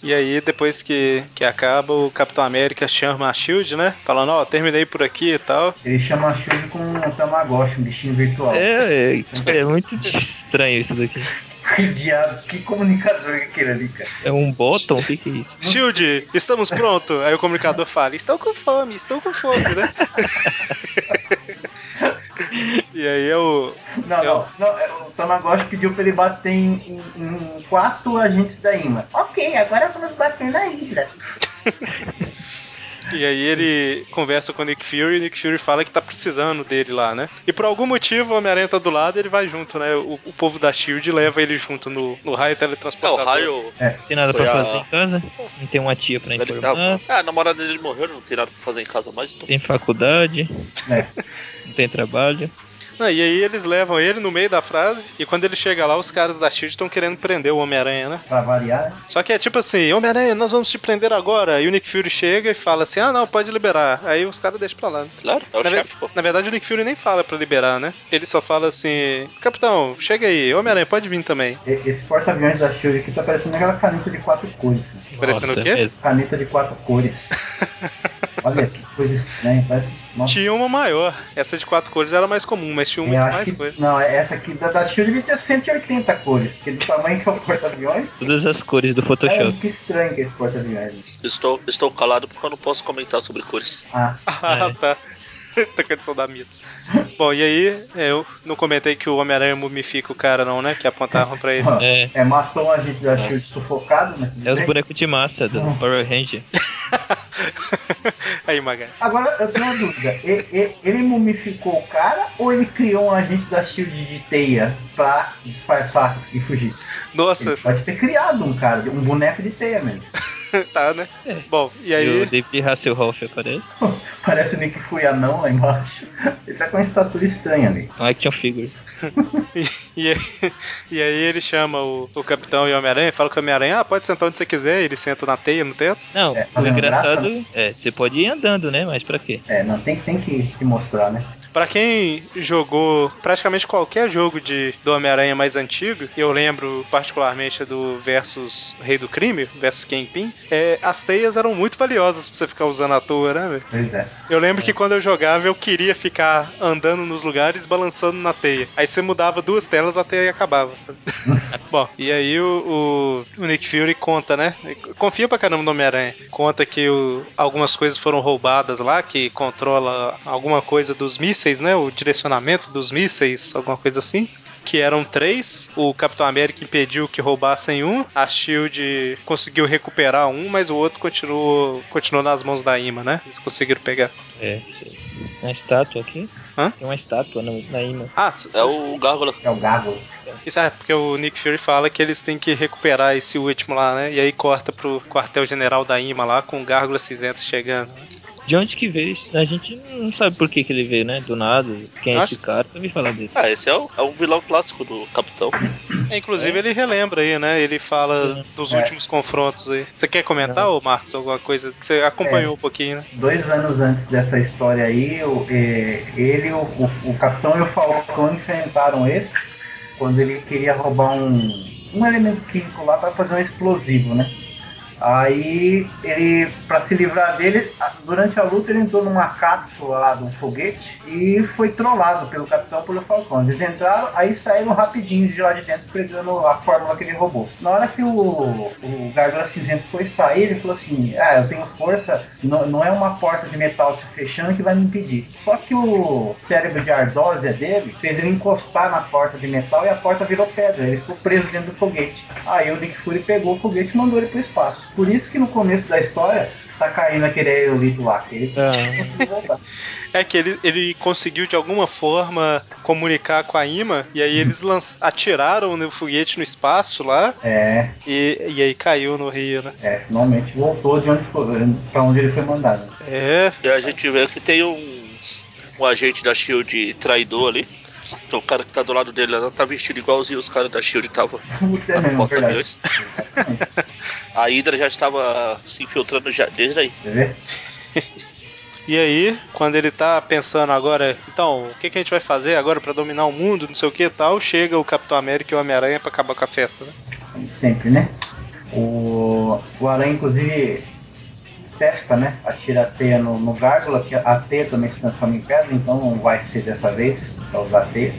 B: e aí depois que, que acaba, o Capitão América chama a Shield, né? Falando, ó, terminei por aqui e tal.
D: Ele chama a Shield com um Tamagotchi, um bichinho virtual.
C: É, é, é muito estranho isso daqui.
D: Que diabo, que comunicador que é aquele ali, cara.
C: É um bottom? O que, que é isso?
B: Shield, estamos pronto. Aí o comunicador fala, estou com fome, estou com fome, né? e aí é o.
D: Não,
B: Eu-
D: não, não, é, o Tamagotchi pediu pra ele bater em, em- em quatro agentes da IMA. Ok, agora vamos bater na Hydra.
B: E aí ele conversa com o Nick Fury e o Nick Fury fala que tá precisando dele lá, né? E por algum motivo o Homem-Aranha tá do lado e ele vai junto, né? O, o povo da Shield leva ele junto no, no raio
E: É, o
B: teletransportador.
E: raio.
C: Não tem nada
E: Foi
C: pra
E: a-
C: fazer em casa? Não tem uma tia pra
E: Ele
C: informar?
E: tá- Ah, a namorada dele morreu, não tem nada pra fazer em casa mais, então.
C: Tem faculdade?
D: É.
C: Não tem trabalho?
B: Não, e aí eles levam ele no meio da frase, e quando ele chega lá, os caras da Shield estão querendo prender o Homem-Aranha, né?
D: Pra variar.
B: Só que é tipo assim, Homem-Aranha, nós vamos te prender agora. E o Nick Fury chega e fala assim, ah não, pode liberar. Aí os caras deixam pra lá. né?
E: Claro, é o
B: na, ve-
E: chefe, pô.
B: na verdade, o Nick Fury nem fala pra liberar, né? Ele só fala assim, capitão, chega aí, Homem-Aranha, pode vir também.
D: E- Esse porta-aviões da Shield aqui tá parecendo aquela caneta de quatro cores, cara.
B: Parecendo
C: Nossa, é,
B: o quê?
C: mesmo.
D: Caneta de quatro cores. Olha que coisa estranha, parece. Nossa,
B: Tinha uma maior. Essa de quatro cores era mais comum, mas tinha uma
D: eu
B: com
D: acho
B: mais
D: que-
B: cores.
D: Não, é, essa aqui da, da Shield devia ter 180 cores, porque do tamanho que é o porta-aviões.
C: Todas as cores do
D: É,
C: Photoshop.
D: que estranho que é esse porta-aviões.
E: Estou, estou calado porque eu não posso comentar sobre cores.
D: Ah,
B: Ah,
C: É.
B: tá. tá com adição da mitos. Bom, e aí, é, eu não comentei que o Homem-Aranha mumifica o cara, não, né? Que apontavam pra ele.
D: ó, é.
C: É.
D: matou um agente da Shield sufocado, mas tudo
C: É os
D: bem.
C: bonecos de massa do Power Ranger.
B: aí, Maga.
D: Agora eu tenho uma dúvida: E- e- ele mumificou o cara ou ele criou um agente da Shield de teia pra disfarçar e fugir?
B: Nossa,
D: Ele pode ter criado um cara, um boneco de teia mesmo.
B: tá, né?
C: É.
B: Bom, e aí.
C: o David Hasselhoff aparece.
D: Parece o Nick Fui anão lá embaixo. Ele tá com uma estatura estranha ali.
C: Um action figure.
B: E, aí- e aí ele chama o, o capitão e o Homem-Aranha, fala com o Homem-Aranha, ah, pode sentar onde você quiser, ele senta na teia, no teto.
C: Não,
D: É,
C: o
D: fazendo né?
C: engraçado é, você pode ir andando, né? Mas pra quê?
D: É, não, tem, tem que se mostrar, né?
B: Pra quem jogou praticamente qualquer jogo de do Homem-Aranha mais antigo, eu lembro particularmente do versus Rei do Crime, versus Kingpin, é, as teias eram muito valiosas pra você ficar usando à toa, né, velho?
D: Pois é.
B: Eu lembro que quando eu jogava, eu queria ficar andando nos lugares, balançando na teia. Aí você mudava duas telas, a teia acabava, sabe? Bom, e aí o, o- o Nick Fury conta, né? Confia pra caramba no Homem-Aranha. Conta que o- algumas coisas foram roubadas lá, que controla alguma coisa dos mísseis, né? O direcionamento dos mísseis, alguma coisa assim. Que eram três, o Capitão América impediu que roubassem um, a Shield conseguiu recuperar um, mas o outro continuou, continuou nas mãos da Ima, né? Eles conseguiram pegar.
C: É. Uma estátua aqui?
B: Hã?
C: Tem uma estátua na, na imã.
B: Ah, s-
E: É o Gárgula.
D: É o Gago.
B: Isso é porque o Nick Fury fala que eles têm que recuperar esse último lá, né? E aí corta pro quartel-general da IMA lá com o Gárgula Cinzento chegando.
C: De onde que veio isso? A gente não sabe por que, que ele veio, né? Do nada. Quem é
B: Nossa.
C: esse cara? Eu ouvi falar dele.
E: Ah, esse é, o, é um vilão clássico do Capitão.
B: É, inclusive ele relembra aí, né? Ele fala dos
D: É.
B: últimos confrontos aí. Você quer comentar, ô Marcos, alguma coisa que você acompanhou um pouquinho, né?
D: Dois anos antes dessa história aí, o- é, ele, o, o- o Capitão e o Falcão enfrentaram ele quando ele queria roubar um, um elemento químico lá para fazer um explosivo, né? Aí ele, para se livrar dele, a- durante a luta ele entrou numa cápsula lá de um foguete e foi trollado pelo capitão e pelo Falcão. Eles entraram, aí saíram rapidinho de lá de dentro pegando a fórmula que ele roubou. Na hora que o, o Garganta Cinzento foi sair, ele falou assim: Ah, eu tenho força, não, não é uma porta de metal se fechando que vai me impedir. Só que o cérebro de ardósia dele fez ele encostar na porta de metal e a porta virou pedra. Ele ficou preso dentro do foguete. Aí o Nick Fury pegou o foguete e mandou ele pro espaço. Por isso que no começo da história tá caindo aquele aerolito lá. Que ele
C: Ah,
D: conseguiu voltar.
B: É que ele, ele conseguiu de alguma forma comunicar com a IMA, e aí eles lanç- atiraram no foguete no espaço lá,
D: É,
B: e, e aí caiu no rio, né?
D: é, finalmente voltou de onde foi, pra onde ele foi mandado.
B: É,
E: E a gente vê que tem um, um agente da Shield traidor ali. Então, o cara que tá do lado dele ela tá vestido igualzinho os caras da Shield estavam
D: Puta
E: na
D: é mesmo,
E: porta
D: verdade.
E: deles. A Hydra já estava se infiltrando já, desde aí.
D: Quer ver?
B: E aí, quando ele tá pensando agora, então, o que, que a gente vai fazer agora pra dominar o mundo, não sei o que e tal, chega o Capitão América e o Homem-Aranha pra acabar com a festa, né?
D: Como sempre, né? O, o Aranha, inclusive, testa, né? Atira a teia no, no gárgula, que a teia também se transforma em pedra, então não vai ser dessa vez pra usar a teia.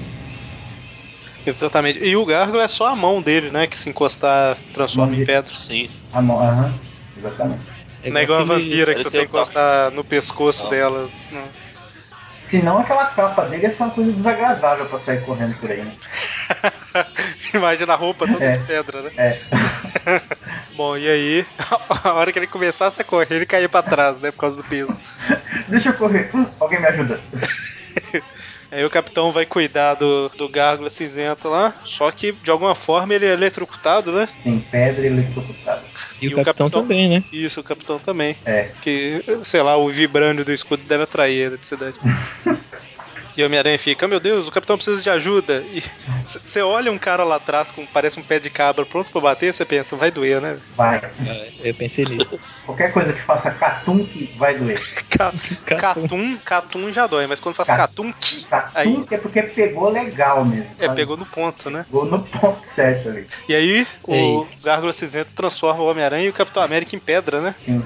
B: Exatamente. E o Gargo é só a mão dele, né? Que se encostar, transforma
E: Uhum.
B: em
D: Mão dele.
B: pedra.
E: Sim.
D: Ah, não, aham, exatamente.
B: não é igual a
C: aquele-
B: vampira que se
E: ele
B: você
E: tem o
B: encostar no pescoço
E: Não.
B: dela. não.
D: Senão aquela capa dele é só uma coisa desagradável pra sair correndo por aí, né?
B: Imagina a roupa toda
D: É.
B: de pedra, né?
D: É.
B: Bom, e aí, a hora que ele começasse a correr, ele caía pra trás, né? Por causa do peso.
D: Deixa eu correr. Hum, alguém me ajuda.
B: Aí o capitão vai cuidar do, do Gárgula cinzento lá. Só que, de alguma forma, ele é eletrocutado, né?
D: Sim, pedra e eletrocutada.
C: E, o capitão, também, né?
B: Isso, o capitão também.
D: É.
B: Que, sei lá, o vibrânio do escudo deve atrair a eletricidade. E o Homem-Aranha fica, meu Deus, o capitão precisa de ajuda. E você olha um cara lá atrás com parece um pé de cabra pronto pra bater, você pensa, vai doer, né?
D: Vai.
C: Ah, Eu pensei nisso.
D: Qualquer coisa que faça catum que vai doer.
B: Ca- Catum, catum já dói, mas quando faz
D: Ca-
B: catum, que-
D: Catum
B: Aí.
D: que é porque pegou legal mesmo.
B: é,
D: sabe?
B: pegou no ponto, né?
D: Pegou no ponto certo ali.
B: E aí, o Gárgula Cinzento transforma o Homem-Aranha e o Capitão América em pedra, né?
D: Sim.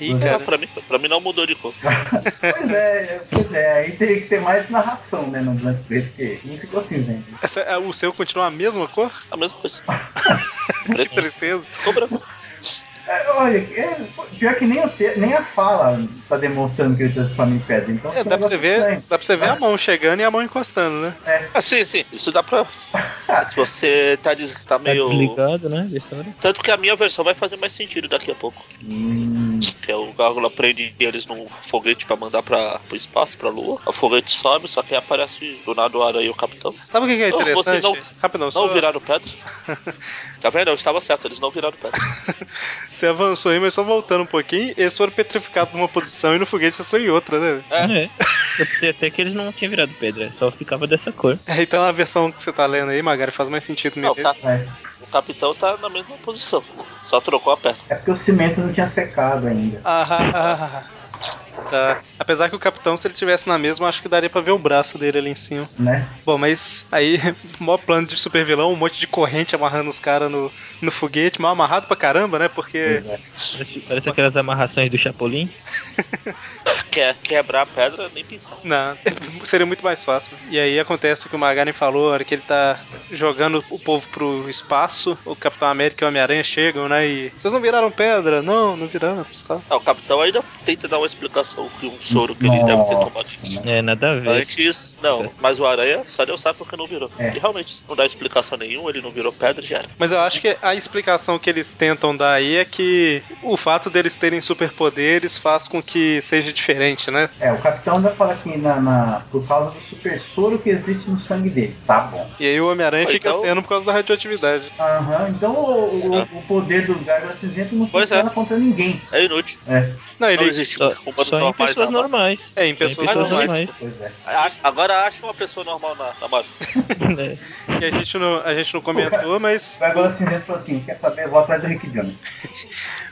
B: Aí,
D: Uhum.
E: Ah,
B: cara,
E: pra, mim, pra mim não mudou de cor.
D: Pois é, pois é, aí teria que ter mais narração, né, no Black Preto, porque não ficou assim, cinzento.
B: essa- é, o seu continua a mesma cor?
E: A mesma coisa.
B: Que
E: Preto,
B: tristeza.
E: ficou branco.
D: É, olha, é, pior que nem, o te- nem a fala tá demonstrando que ele transforma em pedra, então...
B: É,
D: fica
B: dá
D: um
B: pra você
D: negócio
B: ver,
D: estranho. É.
B: dá pra você ver a mão chegando e a mão encostando, né?
E: Ah, sim, sim. Isso dá pra. Se você tá, des...
C: Tá
E: tá meio.
C: desligando, né? da história.
E: Tanto que a minha versão vai fazer mais sentido daqui a pouco.
D: Hum,
E: Que é o Gárgula prende eles num foguete pra mandar pra, pro espaço, pra lua. O foguete sobe, só que aí aparece do nada o aranha e o capitão.
B: Sabe o que que é
E: Não,
B: interessante?
E: vocês
B: Rapidão,
E: Não
B: só-
E: viraram pedra. Tá vendo? Eu estava certo, eles não viraram pedra.
B: você avançou aí, mas só voltando um pouquinho, eles foram petrificados numa posição e no foguete vocês estão em outra, né?
C: É. Eu pensei até que eles não tinham virado pedra, só ficava dessa cor.
B: É, Então a versão que você tá lendo aí, Magari, faz mais sentido
E: Não,
B: mesmo.
E: tá,
D: mas
E: o capitão tá na mesma posição. Só trocou a perna.
D: é porque o cimento não tinha secado ainda.
B: Ah, ah, ah, ah. tá. Apesar que o capitão, se ele tivesse na mesma, acho que daria pra ver o braço dele ali em cima.
D: Né?
B: Bom, mas aí, maior plano de super vilão, um monte de corrente amarrando os caras no, no foguete, mal amarrado pra caramba, né? Porque
D: Pois é.
C: Parece, parece aquelas amarrações do Chapolin.
E: Quer quebrar a pedra, nem pensar.
B: Não, seria muito mais fácil. E aí acontece o que o Magaren falou, a hora que ele tá jogando o povo pro espaço, o Capitão América e o Homem-Aranha chegam, né? E. Vocês não viraram pedra? Não, não viramos, tá?
E: Ah, o capitão ainda tenta dar uma explicação que um soro que ele deve ter tomado.
D: Nossa, né?
C: É, nada a ver.
E: Antes, não, mas o Aranha só Deus sabe porque não virou.
D: É.
E: E realmente, não dá explicação nenhuma, ele não virou pedra e já era.
B: Mas eu acho que a explicação que eles tentam dar aí é que o fato deles terem superpoderes faz com que seja diferente, né?
D: É, o capitão ainda fala que na, na- por causa do super soro que existe no sangue dele. Tá bom.
B: E aí o Homem-Aranha
E: Ou
B: fica
E: então-
B: sendo por causa da radioatividade.
D: Aham, então o, o- o poder do Gárgula Cinzento não
E: Pois é.
D: funciona contra ninguém.
E: É inútil.
D: É,
B: Não,
E: Não
B: ele.
E: existe
C: Só,
E: humanos
C: só em
E: normais
C: pessoas
E: na Marvel.
C: normais.
B: É, em pessoas
E: pessoas
B: normais.
E: normais.
D: pois é.
E: Acho- Agora acha uma pessoa normal na, na Marvel.
C: né?
B: Que a gente não, a gente não comentou, mas.
D: O Gárgula Cinzento falou assim: quer saber? Eu vou atrás do Rick Jones.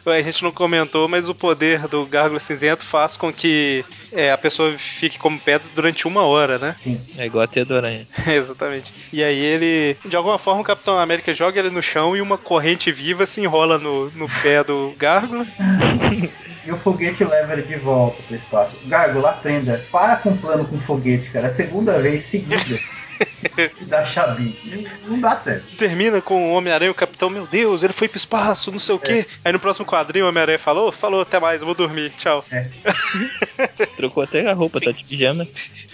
B: Ué, A gente não comentou, mas o poder do Gárgula Cinzento faz com que é, a pessoa fique como pedra durante uma hora, né?
D: Sim.
C: É igual a teia do aranha.
B: Exatamente. E aí ele, de alguma forma, o Capitão América joga ele no chão e uma corrente viva se enrola no, no pé do Gárgula.
D: E o foguete leva ele de volta pro espaço. Gárgula, aprenda. é, Para com o plano com foguete, cara. É a segunda vez seguida. que dá chabi. Não, não dá certo.
B: Termina com o Homem-Aranha e o Capitão, meu Deus, ele foi pro espaço, não sei o quê. Aí no próximo quadrinho o Homem-Aranha falou, falou, até mais, eu vou dormir, tchau.
C: Trocou até a roupa, tá de pijama.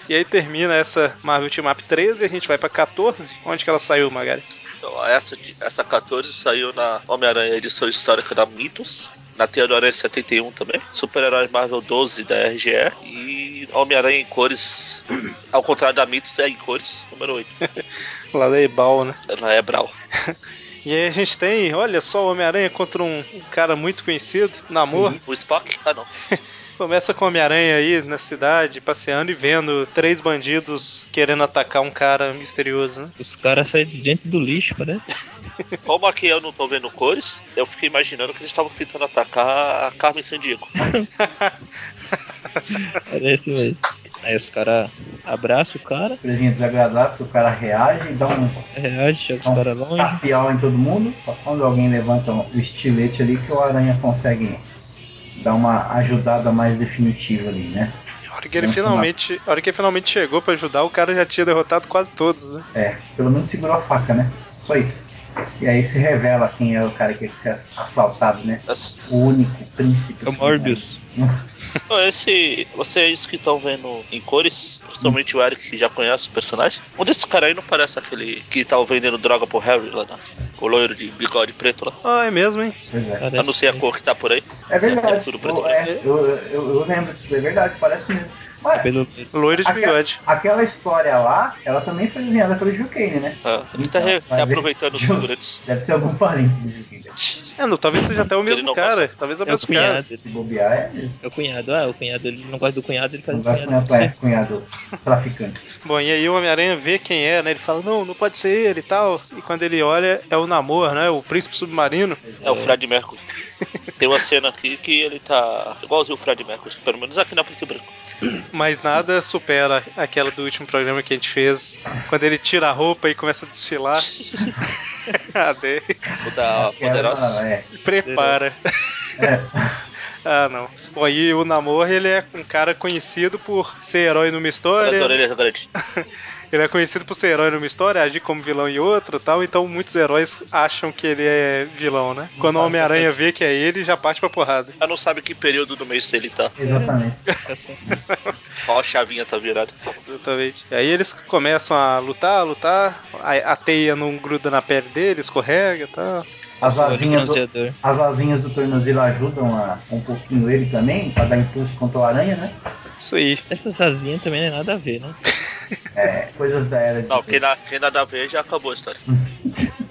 B: E aí termina essa Marvel Team Up 13 e a gente vai pra 14. Onde que ela saiu, Magari?
E: Então, essa, de- essa 14 saiu na Homem-Aranha edição histórica da Mitos. Na Teia do Aranha 71 também. Super-Herói Marvel 12 da RGE. E Homem-Aranha em cores. Ao contrário da Mitos, é em cores, número 8.
B: Lá da Ebal, né?
E: Ela é Brau.
B: E aí a gente tem, olha só, o Homem-Aranha contra um um cara muito conhecido, Namor.
E: O Spock? Ah, não.
B: Começa com o Homem-Aranha aí na cidade, passeando e vendo três bandidos querendo atacar um cara misterioso, né?
C: Os caras saem de dentro do lixo, parece.
E: Como aqui eu não tô vendo cores, eu fiquei imaginando que eles estavam tentando atacar a Carmen Sandiego.
C: Parece mesmo. Aí os caras abraçam o cara,
D: Coisinha desagradável, porque o cara reage e dá um
C: reage, joga os caras longe.
D: parcial Tá em todo mundo. Só quando alguém levanta o estilete ali que o aranha consegue dar uma ajudada mais definitiva ali, né?
B: A hora que ele
D: Nossa,
B: finalmente, a hora que ele finalmente chegou pra ajudar, o cara já tinha derrotado quase todos, né?
D: É, pelo menos segurou a faca, né? Só isso. E aí se revela quem é o cara que é que ser assaltado, né?
E: Essa-
D: O único príncipe. assim, né? Hum,
C: É o Morbius.
E: Então, Esse, vocês que estão vendo em cores, principalmente o Eric que já conhece o personagem, um desses caras aí não parece aquele que tava vendendo droga pro Harry lá, né? o loiro de bigode preto lá.
B: Ah, é mesmo, hein?
D: Pois é.
C: Parece
E: Eu não sei a cor que tá por aí.
D: É verdade.
E: É tudo preto
D: eu, é, eu, eu, eu lembro disso, é verdade, parece mesmo. Ué,
C: Pelo...
B: Loiro de
D: Aquela-
B: bigode.
D: Aquela história lá, ela também foi desenhada pelo Gil Kane, né?
E: Ah, ele tá, re-
D: Então, vai
E: tá
D: ver.
E: aproveitando os figurantes.
D: Deve ser algum parente do Gil Kane.
B: É, não, talvez seja até o
E: Ele
B: mesmo
E: não
B: cara. Talvez é o
C: É o
B: mesmo cara.
C: cunhado.
D: Se bobear, é mesmo.
C: É o cunhado. Ah, o cunhado. Ele não gosta do cunhado, ele faz
D: Não
C: o
D: vai
C: cunhado.
D: apanhar cunhado traficante.
B: Bom, e aí o Homem-Aranha vê quem é, né? Ele fala, não, não pode ser ele e tal. E quando ele olha, é o Namor, né? O príncipe submarino.
E: É o Fred Mercury. Tem uma cena aqui que ele tá igualzinho o Fred Mercury, pelo menos aqui na Preto e Branco.
B: Mas nada supera aquela do último programa que a gente fez. Quando ele tira a roupa e começa a desfilar. Ah, Cadê?
E: O da Poderosa.
D: Aquela- é.
B: Prepara. ah, não. Bom, aí o Namor, ele é um cara conhecido por ser herói numa
E: As
B: história.
E: orelhas grandes.
B: Ele é conhecido por ser herói numa história, agir como vilão em outra e tal. Então muitos heróis acham que ele é vilão, né? Quando o
D: sabe
B: Homem-Aranha vê que é ele, já parte pra porrada.
E: Ela não sabe que período do mês ele tá.
D: Exatamente.
E: Qual a chavinha tá virada.
B: Exatamente. E aí eles começam a lutar, a lutar. A, a teia não gruda na pele dele, escorrega e tal.
D: As
C: Olha É o
D: asinhas do,
C: bronzeador.
D: as asinhas do tornozelo ajudam a, um pouquinho ele também, pra dar impulso contra o aranha, né?
B: Isso aí.
C: Essas asinhas também não é nada a ver, né?
D: É, coisas da era de.
E: Não, quem, na, quem nada a ver já acabou a história.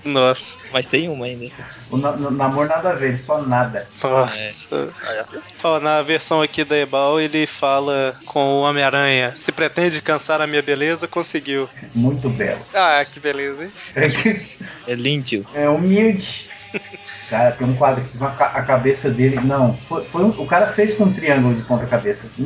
B: Nossa.
C: Mas tem uma ainda.
D: O na- no- namoro nada a ver, ele só nada.
B: Nossa.
E: Aí, ó.
B: Ó, na versão aqui da Ebal, ele fala com o Homem-Aranha: Se pretende cansar a minha beleza, conseguiu.
D: Muito belo.
B: Ah, que beleza, hein?
C: É Lindio.
D: É humilde. Cara, tem um quadro que uma ca- a cabeça dele. Não, foi, foi um- o cara fez com um triângulo de ponta-cabeça. Hum,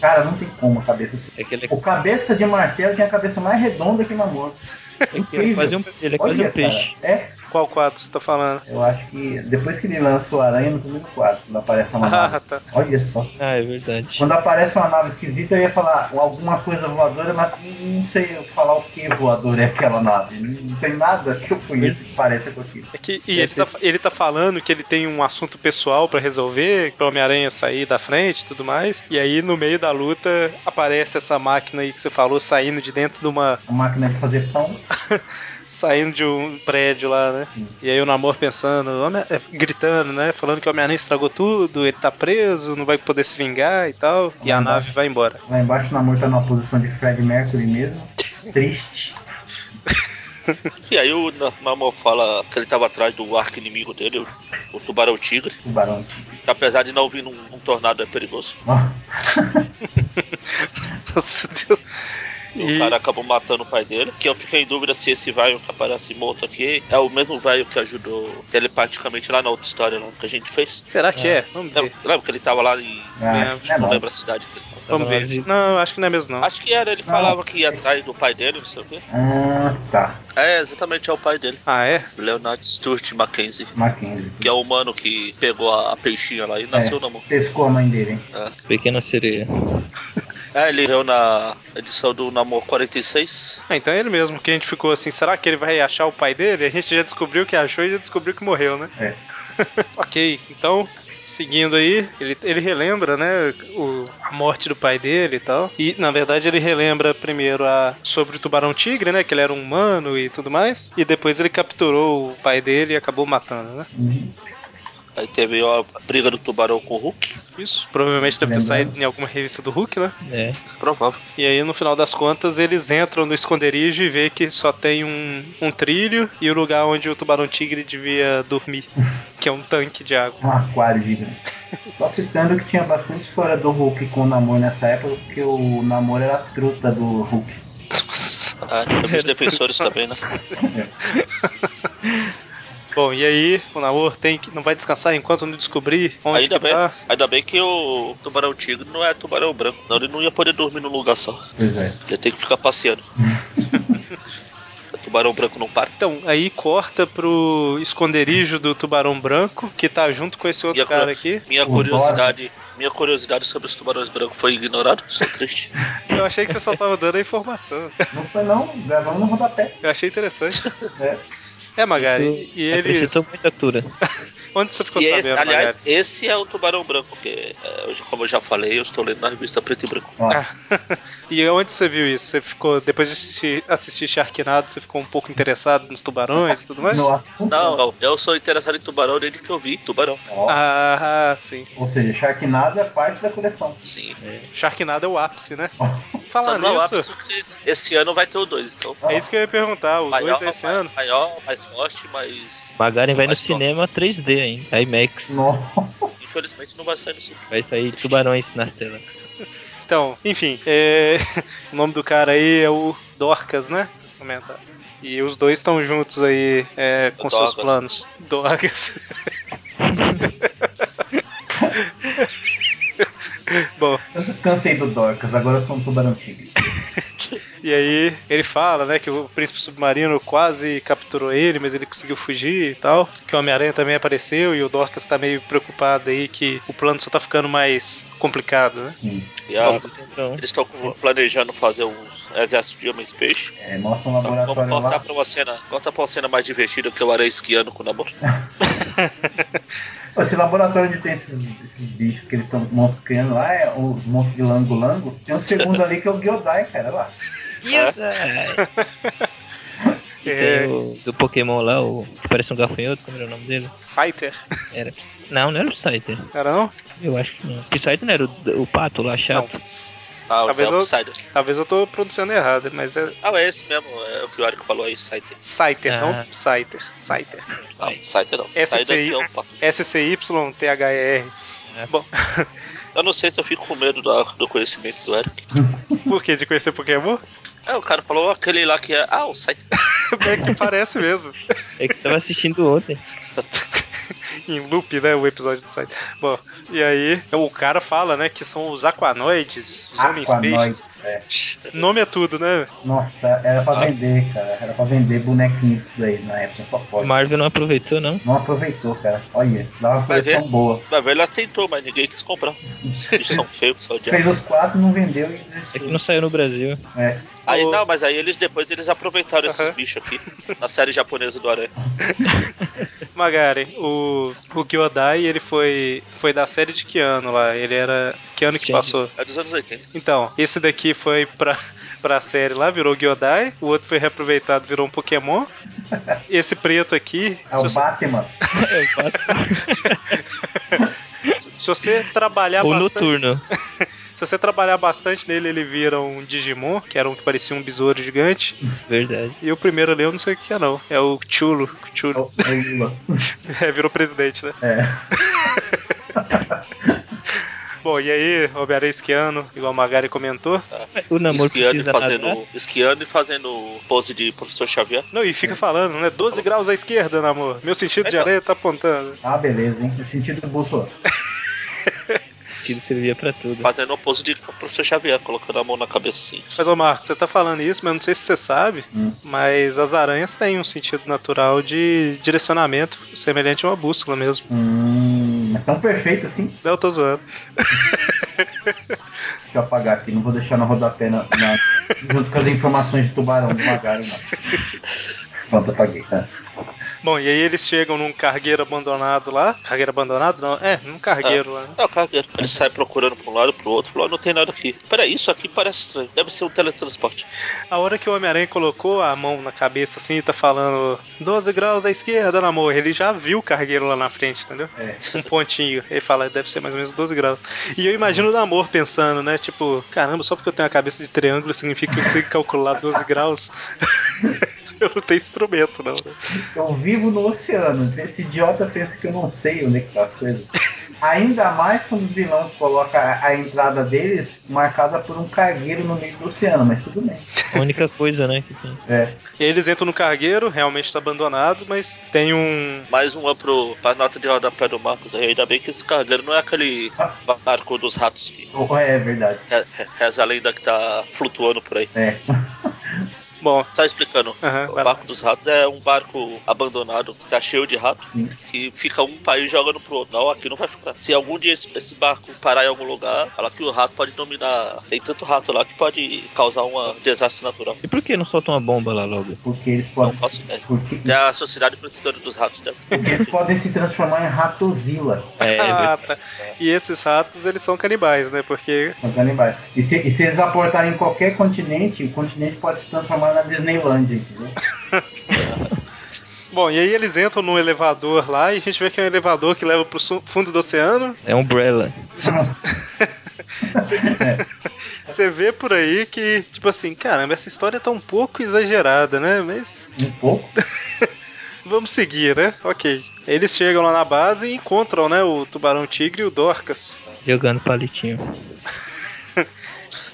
D: Cara, não tem como a cabeça assim.
C: É que ele é,
D: O cabeça de martelo tem a cabeça mais redonda que namoro.
C: é que ele é quase um, ele é quase um peixe.
D: cara. É,
B: Qual quadro você tá falando?
D: eu acho que depois que ele lança o aranha no primeiro quadro, quando aparece uma
B: Ah,
D: nave.
B: tá.
D: Olha só.
C: Ah, é verdade.
D: Quando aparece uma nave esquisita, eu ia falar alguma coisa voadora, mas não sei falar o que voadora é aquela nave. Não tem nada que eu conheça que pareça com aquilo.
B: É que, e ele tá, ele tá falando que ele tem um assunto pessoal pra resolver, que o Homem-Aranha sair da frente e tudo mais. E aí, no meio da luta, aparece essa máquina aí que você falou, saindo de dentro de uma.
D: A máquina de fazer pão.
B: saindo de um prédio lá, né?
D: Sim.
B: E aí o Namor pensando, Homem- é, gritando, né? Falando que o Homem-Aranha estragou tudo, ele tá preso, não vai poder se vingar e tal. E a
D: Vai
B: nave
D: embaixo.
B: vai embora.
D: Lá embaixo o namoro tá numa posição de Fred Mercury mesmo. Triste.
E: E aí o Na- Namor fala que ele tava atrás do arco inimigo dele, o- o Tubarão Tigre.
D: Tubarão.
E: Que apesar de não vir num, num tornado é perigoso.
D: Ó,
B: Nossa Deus.
E: E
B: E-
E: o cara acabou matando o pai dele. Que eu fiquei em dúvida se esse velho que aparece morto aqui é o mesmo velho que ajudou telepaticamente lá na outra história lá, que a gente fez.
B: Será que é? Vamos ver.
E: Lembra, lembra que ele tava lá em.
D: acho que não é
E: Não
D: não.
E: lembro a cidade dele.
B: Vamos ver. Não, acho que não é mesmo, não.
E: Acho que era, ele
D: Não.
E: falava que ia atrás do pai dele, não sei o quê.
D: Ah, tá.
E: É, exatamente, é o pai dele.
B: Ah, é?
E: Leonard Stewart Mackenzie.
D: Mackenzie.
E: Que é o humano que pegou a, a peixinha
D: É.
E: lá e nasceu na mão.
D: Pescou a mãe dele, hein?
C: Pequena sereia.
E: É, ele veio na edição do Namor 46.
B: Ah, então é ele mesmo, que a gente ficou assim, será que ele vai achar o pai dele? A gente já descobriu que achou e já descobriu que morreu, né?
D: É.
B: ok, então, seguindo aí, ele, ele relembra, né, o- a morte do pai dele e tal. E, na verdade, ele relembra primeiro a, sobre o tubarão tigre, né, que ele era um humano e tudo mais. E depois ele capturou o pai dele e acabou matando, né?
D: Uhum.
E: Aí teve a briga do tubarão com o Hulk.
B: Isso, provavelmente deve ter
D: Lembrando.
B: saído em alguma revista do Hulk, né?
C: É.
E: Provável.
B: E aí, no final das contas, eles entram no esconderijo e vê que só tem um, um trilho e o lugar onde o tubarão tigre devia dormir, que é um tanque de água.
D: Um aquário gigante. Só citando que tinha bastante história do Hulk com o namoro nessa época, porque o namoro era a truta do Hulk.
B: Nossa.
E: Ah, teve os defensores também, né?
B: Bom, e aí, o Namor tem que não vai descansar enquanto não descobrir onde
E: Ainda
B: que
E: bem,
B: tá.
E: ainda bem que o tubarão tigre não é tubarão branco, não. Ele não ia poder dormir num lugar só.
D: Pois é.
E: Ele ia ter que ficar passeando. o tubarão branco não para.
B: Então, aí corta pro esconderijo do tubarão branco, que tá junto com esse outro
E: E a
B: cara
E: cor-
B: aqui.
E: Minha
D: O
E: curiosidade,
D: Boris.
E: minha curiosidade sobre os tubarões brancos foi ignorada. Sou triste.
B: Eu achei que você só tava dando a informação.
D: Não foi não, gravamos no rodapé.
B: Eu achei interessante.
D: É.
B: É, Magari. E eles.
C: Acrescentou muita altura.
B: Onde você ficou
E: E
B: sabendo,
E: esse, aliás,
B: Magari?
E: esse é o Tubarão Branco, que, é, hoje, como eu já falei, eu estou lendo na revista Preto e Branco.
D: Ó,
B: Ah, E onde você viu isso? Você ficou. Depois de assistir- assistir Sharknado, você ficou um pouco interessado nos tubarões e tudo mais?
D: Nossa.
E: Não, não, eu sou interessado em tubarão desde que eu vi tubarão.
D: Ó,
B: Ah, sim.
D: Ou seja, Sharknado é parte da coleção.
E: Sim.
B: Sharknado é o ápice, né?
D: Ó,
E: Só
B: Falando
E: não é o
B: nisso,
E: ápice, porque esse- esse ano vai ter o 2, então.
D: ó,
B: é isso que eu ia perguntar. O 2
E: Maior,
B: é esse
E: mais,
B: ano?
E: maior, mais forte, mas
C: Magaren vai no
E: Mas só.
C: cinema 3D, hein? IMAX.
D: Nossa.
E: infelizmente não vai sair no cinema.
C: Vai sair tubarões na tela.
B: Então, enfim, é, o nome do cara aí é o Dorcas, né? Vocês comentaram. E os dois estão juntos aí é, com seus
E: Dorcas.
B: planos. Dorcas. Bom,
D: Eu cansei do Dorcas, agora eu sou um tubarão tigre.
B: e aí ele fala, né, que o príncipe submarino quase capturou ele, mas ele conseguiu fugir e tal. Que o Homem-Aranha também apareceu e o Dorcas tá meio preocupado aí que o plano só tá ficando mais complicado, né?
D: Sim.
E: E a-
C: Vamos, então.
E: eles estão com- planejando fazer uns exércitos de homens peixe.
D: É, mostra um
E: Só que vamos
D: laboratório
E: cortar
D: lá.
E: pra uma cena. Corta pra uma cena mais divertida que é o areia esquiando com o namoro.
D: Esse laboratório onde tem esses, esses bichos que eles estão monstros criando lá, é os monstros de lango-lango. Tem um segundo ali que é o Gyodai, cara, lá.
C: Isa! E
B: É.
C: Tem o do Pokémon lá, o que parece um gafanhoto, como era o nome dele?
B: Scyther.
C: Era. Não, não era o Scyther.
B: Era não?
C: Eu acho que não. Porque Scyther não era o, É o É pato lá,
B: Não.
C: chato.
E: Ah, o
B: Talvez
E: Zé
B: eu-
E: Outsider.
B: Talvez eu tô pronunciando errado, mas é
E: Ah, é esse mesmo, é o que o Eric falou aí, Scyther.
B: Scyther,
C: Ah.
B: não Scyther. Scyther.
E: Não, Scyther não.
B: SCI.
E: Scyther que é o pato.
B: S-C-Y-T-H-E-R.
E: Eu não sei se eu fico com medo da- do conhecimento do Eric.
B: Por que de conhecer Pokémon?
E: É, o cara falou aquele lá que é. Ah, o Scyther.
B: É que parece mesmo.
C: É que eu tava assistindo ontem.
B: Em loop, né? O episódio do site. Bom, e aí o cara fala, né? Que são os aquanoides, os homens peixes.
D: Aquanoides, é.
B: Nome é tudo, né?
D: Nossa, era pra
E: Ah.
D: vender, cara. Era pra vender bonequinho disso daí na época, só pode.
C: Marvel não aproveitou, não.
D: Não aproveitou, cara. Olha, dá uma coleção
E: ver?
D: boa.
E: Na verdade, ela tentou, mas ninguém quis comprar. Os bichos são feios, são de
D: Fez os quatro, não vendeu e
C: É que
D: desistiu.
C: não saiu no Brasil.
D: É.
E: Aí
B: Ô.
E: não, mas aí eles depois eles aproveitaram esses
B: Aham.
E: bichos aqui na série japonesa do Aranha.
B: Magari, o, o Gyodai, ele foi, foi da série de que ano lá? Ele era. Que ano que
C: Gente.
B: passou?
E: É dos anos 80.
B: Então, esse daqui foi pra, pra série lá, virou Gyodai. O outro foi reaproveitado, virou um Pokémon. Esse preto aqui,
D: É
B: se
D: o
B: você,
D: Batman.
C: É o pato.
B: se você trabalhar
C: Ou
B: É bastante.
C: noturno.
B: Se você trabalhar bastante nele, ele vira um Digimon, que era um que parecia um besouro gigante.
C: Verdade.
B: E o primeiro ali eu não sei o que é não. É o Chulo.
D: É
B: Chulo.
D: o é o Lula.
B: É, virou presidente, né?
D: É.
B: Bom, e aí, Homem-Aranha esquiano, igual a Magari comentou.
C: O namoro
E: Esquiando, e
C: precisa nadar.
E: fazendo, esquiando e fazendo pose de professor Xavier.
B: Não, e
D: É.
B: fica falando, né? 12 graus à esquerda, né, amor? Meu sentido de
E: Então.
B: areia tá apontando.
D: Ah, beleza, hein? No sentido do Bolsonaro.
C: Tiro servia pra tudo.
E: Fazendo pose de professor Xavier, colocando a mão na cabeça assim.
B: Mas, ô Marco, você tá falando isso, mas eu não sei se você sabe,
D: Hum.
B: mas as aranhas têm um sentido natural de direcionamento, semelhante a uma bússola mesmo.
D: Hum, mas tão perfeito assim.
B: Não, eu tô zoando.
D: Deixa eu apagar aqui, não vou deixar na rodapé na, na- junto com as informações de tubarão do Magari, não. Pronto, apaguei. tá.
B: Bom, e aí eles chegam num cargueiro abandonado lá. Cargueiro abandonado? Não, é, num
D: Ah.
B: cargueiro lá, né?
E: É o cargueiro. Ele sai procurando pra um lado pro outro, falou, não tem nada aqui. Peraí, isso aqui parece estranho. Deve ser um teletransporte.
B: A hora que o Homem-Aranha colocou a mão na cabeça assim, e tá falando 12 graus à esquerda, namor, ele já viu o cargueiro lá na frente, entendeu?
D: É.
B: Um pontinho. Ele fala, deve ser mais ou menos 12 graus. E eu imagino o namor pensando, né? Tipo, caramba, só porque eu tenho a cabeça de triângulo significa que eu consigo calcular 12 graus. eu não tenho instrumento, não. né?
D: Eu vivo no oceano, esse idiota pensa que eu não sei onde é que tá as coisas. Ainda mais quando o vilão coloca a, a entrada deles marcada por um cargueiro no meio do oceano, mas tudo bem.
C: A única coisa, né, que tem.
D: É,
B: E aí eles entram no cargueiro, realmente tá abandonado, mas tem um,
E: Mais uma pro, pra nota de rodapé do Marcos aí. Ainda bem que esse cargueiro não é aquele barco dos ratos que
D: oh, é verdade.
E: re- re- reza a lenda que tá flutuando por aí.
D: É.
E: ratos.
B: Bom.
E: Só explicando.
B: Aham,
E: O
B: vai lá.
E: barco dos ratos é um barco abandonado que tá cheio de rato,
D: Sim.
E: que fica um país jogando pro outro. Não, aqui não vai ficar. Se algum dia esse, esse barco parar em algum lugar, fala que o rato pode dominar. Tem tanto rato lá que pode causar um desastre natural.
C: E por que não solta uma bomba lá logo?
D: Porque eles
E: Não
D: podem.
E: faço ideia.
D: Porque,
E: É a Sociedade Protetora dos Ratos, né?
D: porque eles podem se transformar em ratozila.
C: É,
B: Ah, tá. E esses ratos, eles são canibais, né? Porque.
D: São canibais. E se, e se eles aportarem em qualquer continente, o continente pode se transformar na Disneylandia, entendeu?
B: Bom, e aí eles entram num elevador lá e a gente vê que é um elevador que leva pro su- fundo do oceano.
C: é Umbrella.
D: É,
B: Você vê por aí que, tipo assim, caramba, essa história tá um pouco exagerada, né? Mas
D: um pouco.
B: vamos seguir, né? Ok. Eles chegam lá na base e encontram, né? O tubarão tigre e o Dorcas.
C: Jogando palitinho.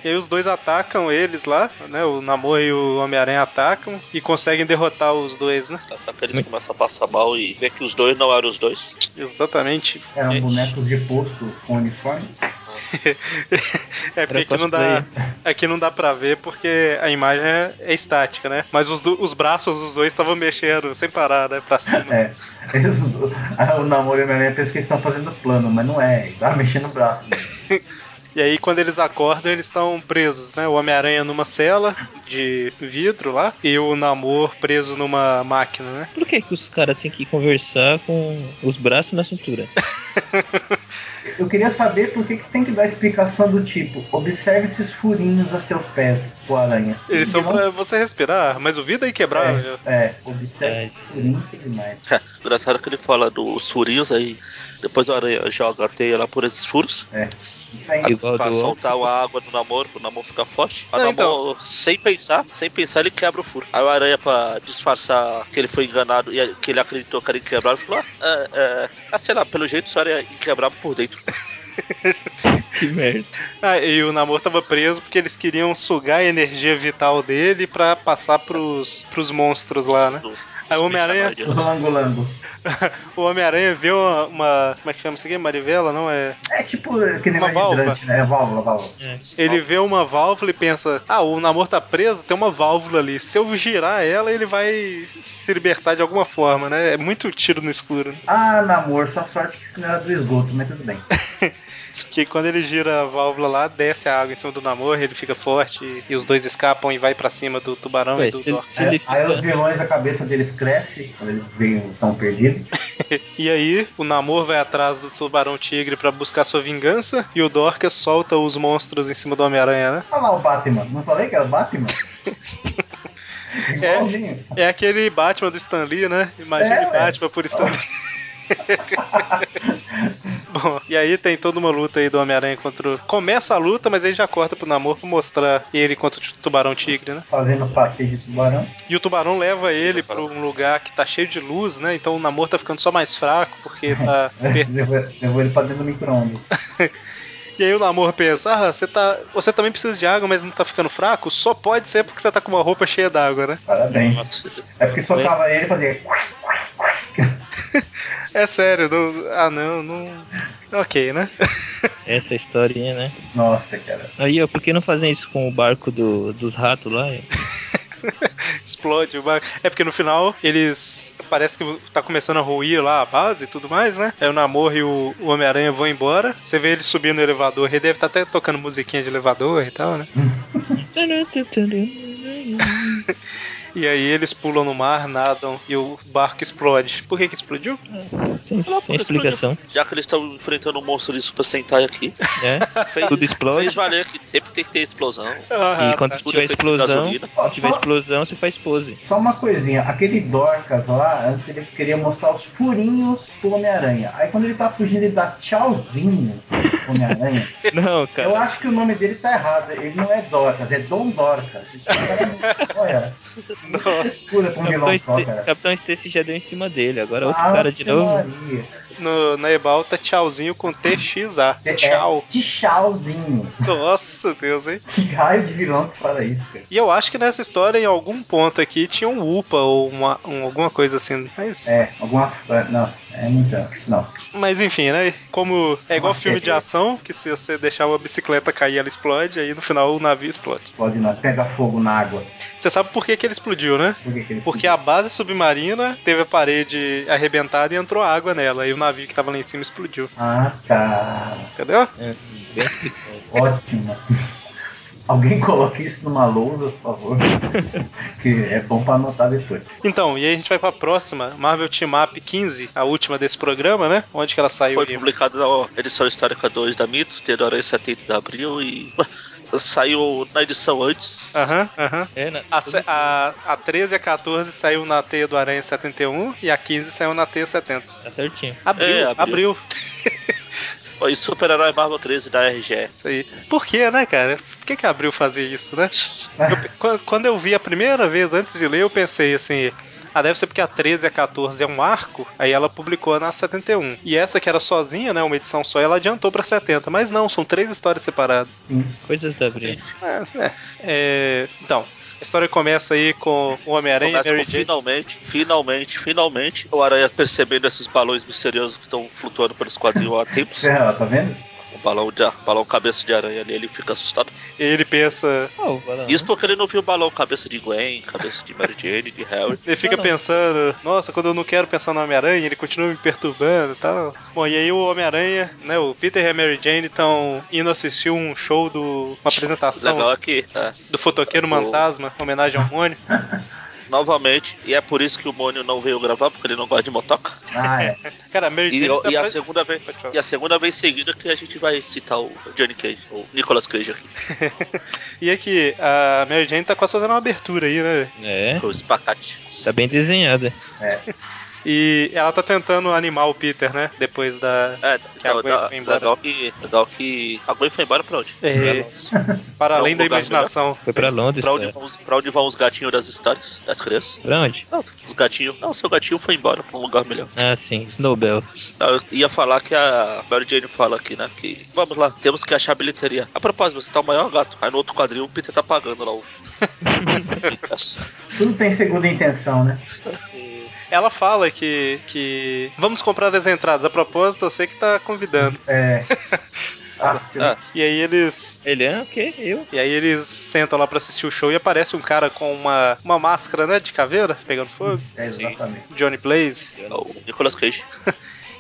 B: E aí os dois atacam eles lá, né? O Namor e o Homem-Aranha atacam e conseguem derrotar os dois, né?
E: Só Tá que eles começam a passar mal e vê que os dois não eram os dois.
B: Exatamente.
D: Eram bonecos de posto com uniforme.
B: É porque
C: Era
B: aqui não, dá, aqui não dá pra ver porque a imagem é, é estática, né? Mas os, do- os braços dos dois estavam mexendo sem parar, né? Pra cima.
D: É. Eles- ah, o namoro e a Homem-Aranha pensam que eles estão fazendo plano, mas não é. Tá mexendo o braço. mesmo.
B: E aí, quando eles acordam, eles estão presos, né? O Homem-Aranha numa cela de vidro lá e o Namor preso numa máquina, né?
C: Por que, que os caras têm que conversar com os braços na cintura?
D: Eu queria saber por que, que tem que dar explicação do tipo: observe esses furinhos a seus pés, o aranha.
B: Eles são
D: Não-
B: pra você respirar, mas o vida é inquebrável.
D: É, observe
C: É.
D: esses furinhos que demais.
E: Engraçado que ele fala dos furinhos aí. Depois o aranha joga a teia lá por esses furos
D: Tem-
C: Igual
E: pra
C: do
E: soltar a água do namoro, pro namoro ficar forte. Mas o
B: Não, então.
E: namoro, sem pensar, sem pensar, ele quebra o furo. Aí o aranha, pra disfarçar que ele foi enganado e que ele acreditou que era inquebrável, falou: ah, é, é, ah, sei lá, pelo jeito isso era inquebrável por dentro.
C: que merda.
B: Ah, e o Namor tava preso porque eles queriam sugar a energia vital dele pra passar pros, pros monstros lá, né? Aí o Homem-Aranha
D: Os langolango.
B: o Homem-Aranha vê uma, uma- Como é que chama isso aqui? Marivela? Não é.
D: É tipo aquele
B: Uma
D: negócio de hidrante, né? É válvula, válvula.
B: Ele vê uma válvula e pensa: ah, o Namor tá preso, tem uma válvula ali. Se eu girar ela, ele vai se libertar de alguma forma, né? É muito tiro no escuro. Né?
D: Ah, namor, só sorte que isso não era do esgoto, mas tudo bem.
B: Porque quando ele gira a válvula lá, desce a água em cima do Namor, ele fica forte e, e os dois escapam e vai pra cima do tubarão
C: Ué,
B: e do
C: se ele,
B: Dor.
C: se ele
D: Aí, aí os
C: fica-
D: vilões, a cabeça deles cresce, quando eles veem tão perdidos.
B: E aí, o Namor vai atrás do tubarão tigre pra buscar sua vingança e o Dorcas solta os monstros em cima do Homem-Aranha, né?
D: Olha lá o Batman, não falei que era o Batman? Igualzinho.
B: É aquele Batman do Stan Lee, né? Imagine
D: É, ué.
B: Batman por Stan Lee. Bom, e aí tem toda uma luta aí do Homem-Aranha contra. o- Começa a luta, mas aí já corta pro Namor pra mostrar ele contra o Tubarão Tigre, né?
D: Fazendo patê de tubarão.
B: E o Tubarão leva ele pra um lugar que tá cheio de luz, né? Então o Namor tá ficando só mais fraco porque tá. per-
D: Levou, levou ele pra dentro do micro-ondas.
B: E aí o Namor pensa: ah, você, tá... você também precisa de água, mas não tá ficando fraco? Só pode ser porque você tá com uma roupa cheia d'água, né?
D: Parabéns.
E: Nossa,
D: É porque socava ele e fazia.
B: É sério, não... ah não, não. Ok, né?
C: essa historinha, né?
D: Nossa, cara.
C: Aí, ó, por que não fazem isso com o barco do, dos ratos lá?
B: explode o barco. É porque no final eles. Parece que tá começando a ruir lá a base e tudo mais, né? Aí o Namor e o o Homem-Aranha vão embora. Você vê ele subindo no elevador. Ele deve estar tá até tocando musiquinha de elevador e tal, né? E aí eles pulam no mar, nadam e o barco explode. Por que que explodiu?
C: Sem, sem explicação.
E: já que eles estão enfrentando um monstro de Super Sentai aqui,
C: né?
E: fez,
C: Tudo explode.
E: fez valer que sempre tem que ter explosão.
B: Ah,
C: E quando
B: tá.
E: é
C: tiver explosão,
E: gasolina.
D: Ó,
C: se tiver
D: só,
C: explosão, você faz pose.
D: só uma coisinha. Aquele Dorcas lá, antes ele queria mostrar os furinhos do Homem-Aranha. Aí quando ele tá fugindo, ele dá tchauzinho pro Homem-Aranha.
C: Não,
D: Eu
C: cara.
D: acho que o nome dele tá errado. Ele não é Dorcas, é Dom Dorcas. é Olha,
B: Nossa,
D: escura pra um
C: Capitão
D: vilão só,
C: Stacy,
D: cara.
C: Capitão Stacy já deu em cima dele, agora outro
D: Ah,
C: cara de novo.
D: Maria.
B: no, na Ebal tá tchauzinho com TXA.
D: É,
B: Tchau.
D: Tchauzinho.
B: Nossa, Deus, hein?
D: Que raio de vilão que fala isso, cara.
B: E eu acho que nessa história, em algum ponto aqui, tinha um UPA ou uma, um- alguma coisa assim. Mas
D: É, alguma. Nossa, é muita. Não.
B: Mas enfim, né? Como é igual
D: Nossa,
B: filme
D: é
B: de
D: que-
B: ação, ação, que se você deixar uma bicicleta cair, ela explode, aí no final o navio explode.
D: Pode não, pega fogo na água.
B: Você sabe por que, que ele explodiu, né?
D: Por que que ele
B: Porque a base submarina teve a parede arrebentada e entrou água nela, e o navio que tava lá em cima explodiu.
D: Ah, tá.
B: Entendeu?
C: Bem explicado.
D: Ótimo. Alguém coloque isso numa lousa, por favor. que é bom pra anotar depois.
B: Então, e aí a gente vai pra próxima, Marvel Team Up 15, a última desse programa, né? Onde que ela
C: tá
B: saiu?
E: Foi
B: aí?
E: publicado na edição histórica 2 da Mitos, teve hora em 70 de abril e saiu na edição antes.
B: Aham, aham.
C: É, na-
E: Ah,
B: A, se- a, a 13 e a 14 saiu na teia do Aranha 71 e a 15 saiu na teia 70.
C: Tá certinho.
B: Abril,
E: É,
B: abril.
E: abril. E Super-Herói Marvel 13 da RGE.
B: Isso aí. Por que, né, cara? Por que, que abril fazia isso, né? Eu pe- quan- quando eu vi a primeira vez antes de ler, eu pensei assim. Ah, deve ser porque a 13 e a 14 é um arco, aí ela publicou na 71. E essa que era sozinha, né, uma edição só, ela adiantou pra 70. Mas não, são três histórias separadas.
C: Coisas da Abril.
B: É, é. É, então, a história começa aí com o Homem-Aranha e
E: Começa com
B: Mary Jane.
E: finalmente, finalmente, finalmente, o Aranha percebendo esses balões misteriosos que estão flutuando pelos quadrinhos há tempos.
D: Ferrela, tá vendo?
E: O balão, de, balão cabeça de aranha ali, ele fica assustado.
B: Ele pensa.
C: Ah, o balão.
E: Isso porque ele não viu o balão cabeça de Gwen, cabeça de Mary Jane, de Harry.
B: Ele fica
C: Não, não.
B: pensando, nossa, quando eu não quero pensar no Homem-Aranha, ele continua me perturbando e tal. Bom, e aí o Homem-Aranha, né, o Peter e a Mary Jane estão indo assistir um show do. uma
E: O
B: apresentação
E: legal é que, é,
B: do fotoqueiro Fantasma, homenagem ao Mônio.
E: novamente, e é por isso que o Mônio não veio gravar, porque ele não gosta de motoca.
D: Ah, é.
B: Cara, a Mary
E: E,
B: Jane. tá
E: e a
B: pra-
E: segunda vez.
B: Pode falar.
E: E a segunda vez seguida que a gente vai citar o Johnny Cage, o Nicolas Cage aqui,
B: E é que a Mary Jane tá quase fazendo uma abertura aí, né? velho?
C: É,
E: o espacate.
C: tá bem desenhada.
B: E ela tá tentando animar o Peter, né? Depois da.
E: É,
B: a
E: não,
B: Gwen
E: não,
B: foi embora.
E: legal que, legal que a Gwen foi embora pra onde?
B: É, para além da
E: Algum lugar
B: imaginação.
C: Foi pra Londres.
E: Pra onde,
C: Pra,
E: vão os, pra onde vão os gatinhos das histórias, das crianças?
C: pra onde?
E: Os gatinhos. Não, seu gatinho foi embora pra um lugar melhor.
C: Ah, sim, Snowbell.
E: Não, eu ia falar que a Mary Jane fala aqui, né? Que vamos lá, temos que achar a bilheteria. A propósito, você tá o maior gato. Aí no outro quadril o Peter tá pagando lá o.
D: Tudo tem segunda intenção, né?
B: Ela fala que, que vamos comprar as entradas. A propósito, eu sei que tá convidando.
D: É. Fácil.
E: Ah,
B: E aí eles.
C: Ele é o quê? Eu?
B: E aí eles sentam lá pra assistir o show e aparece um cara com uma, uma máscara, né? De caveira, pegando fogo.
D: É, exatamente.
B: Johnny Blaze.
E: é o Nicolas Cage.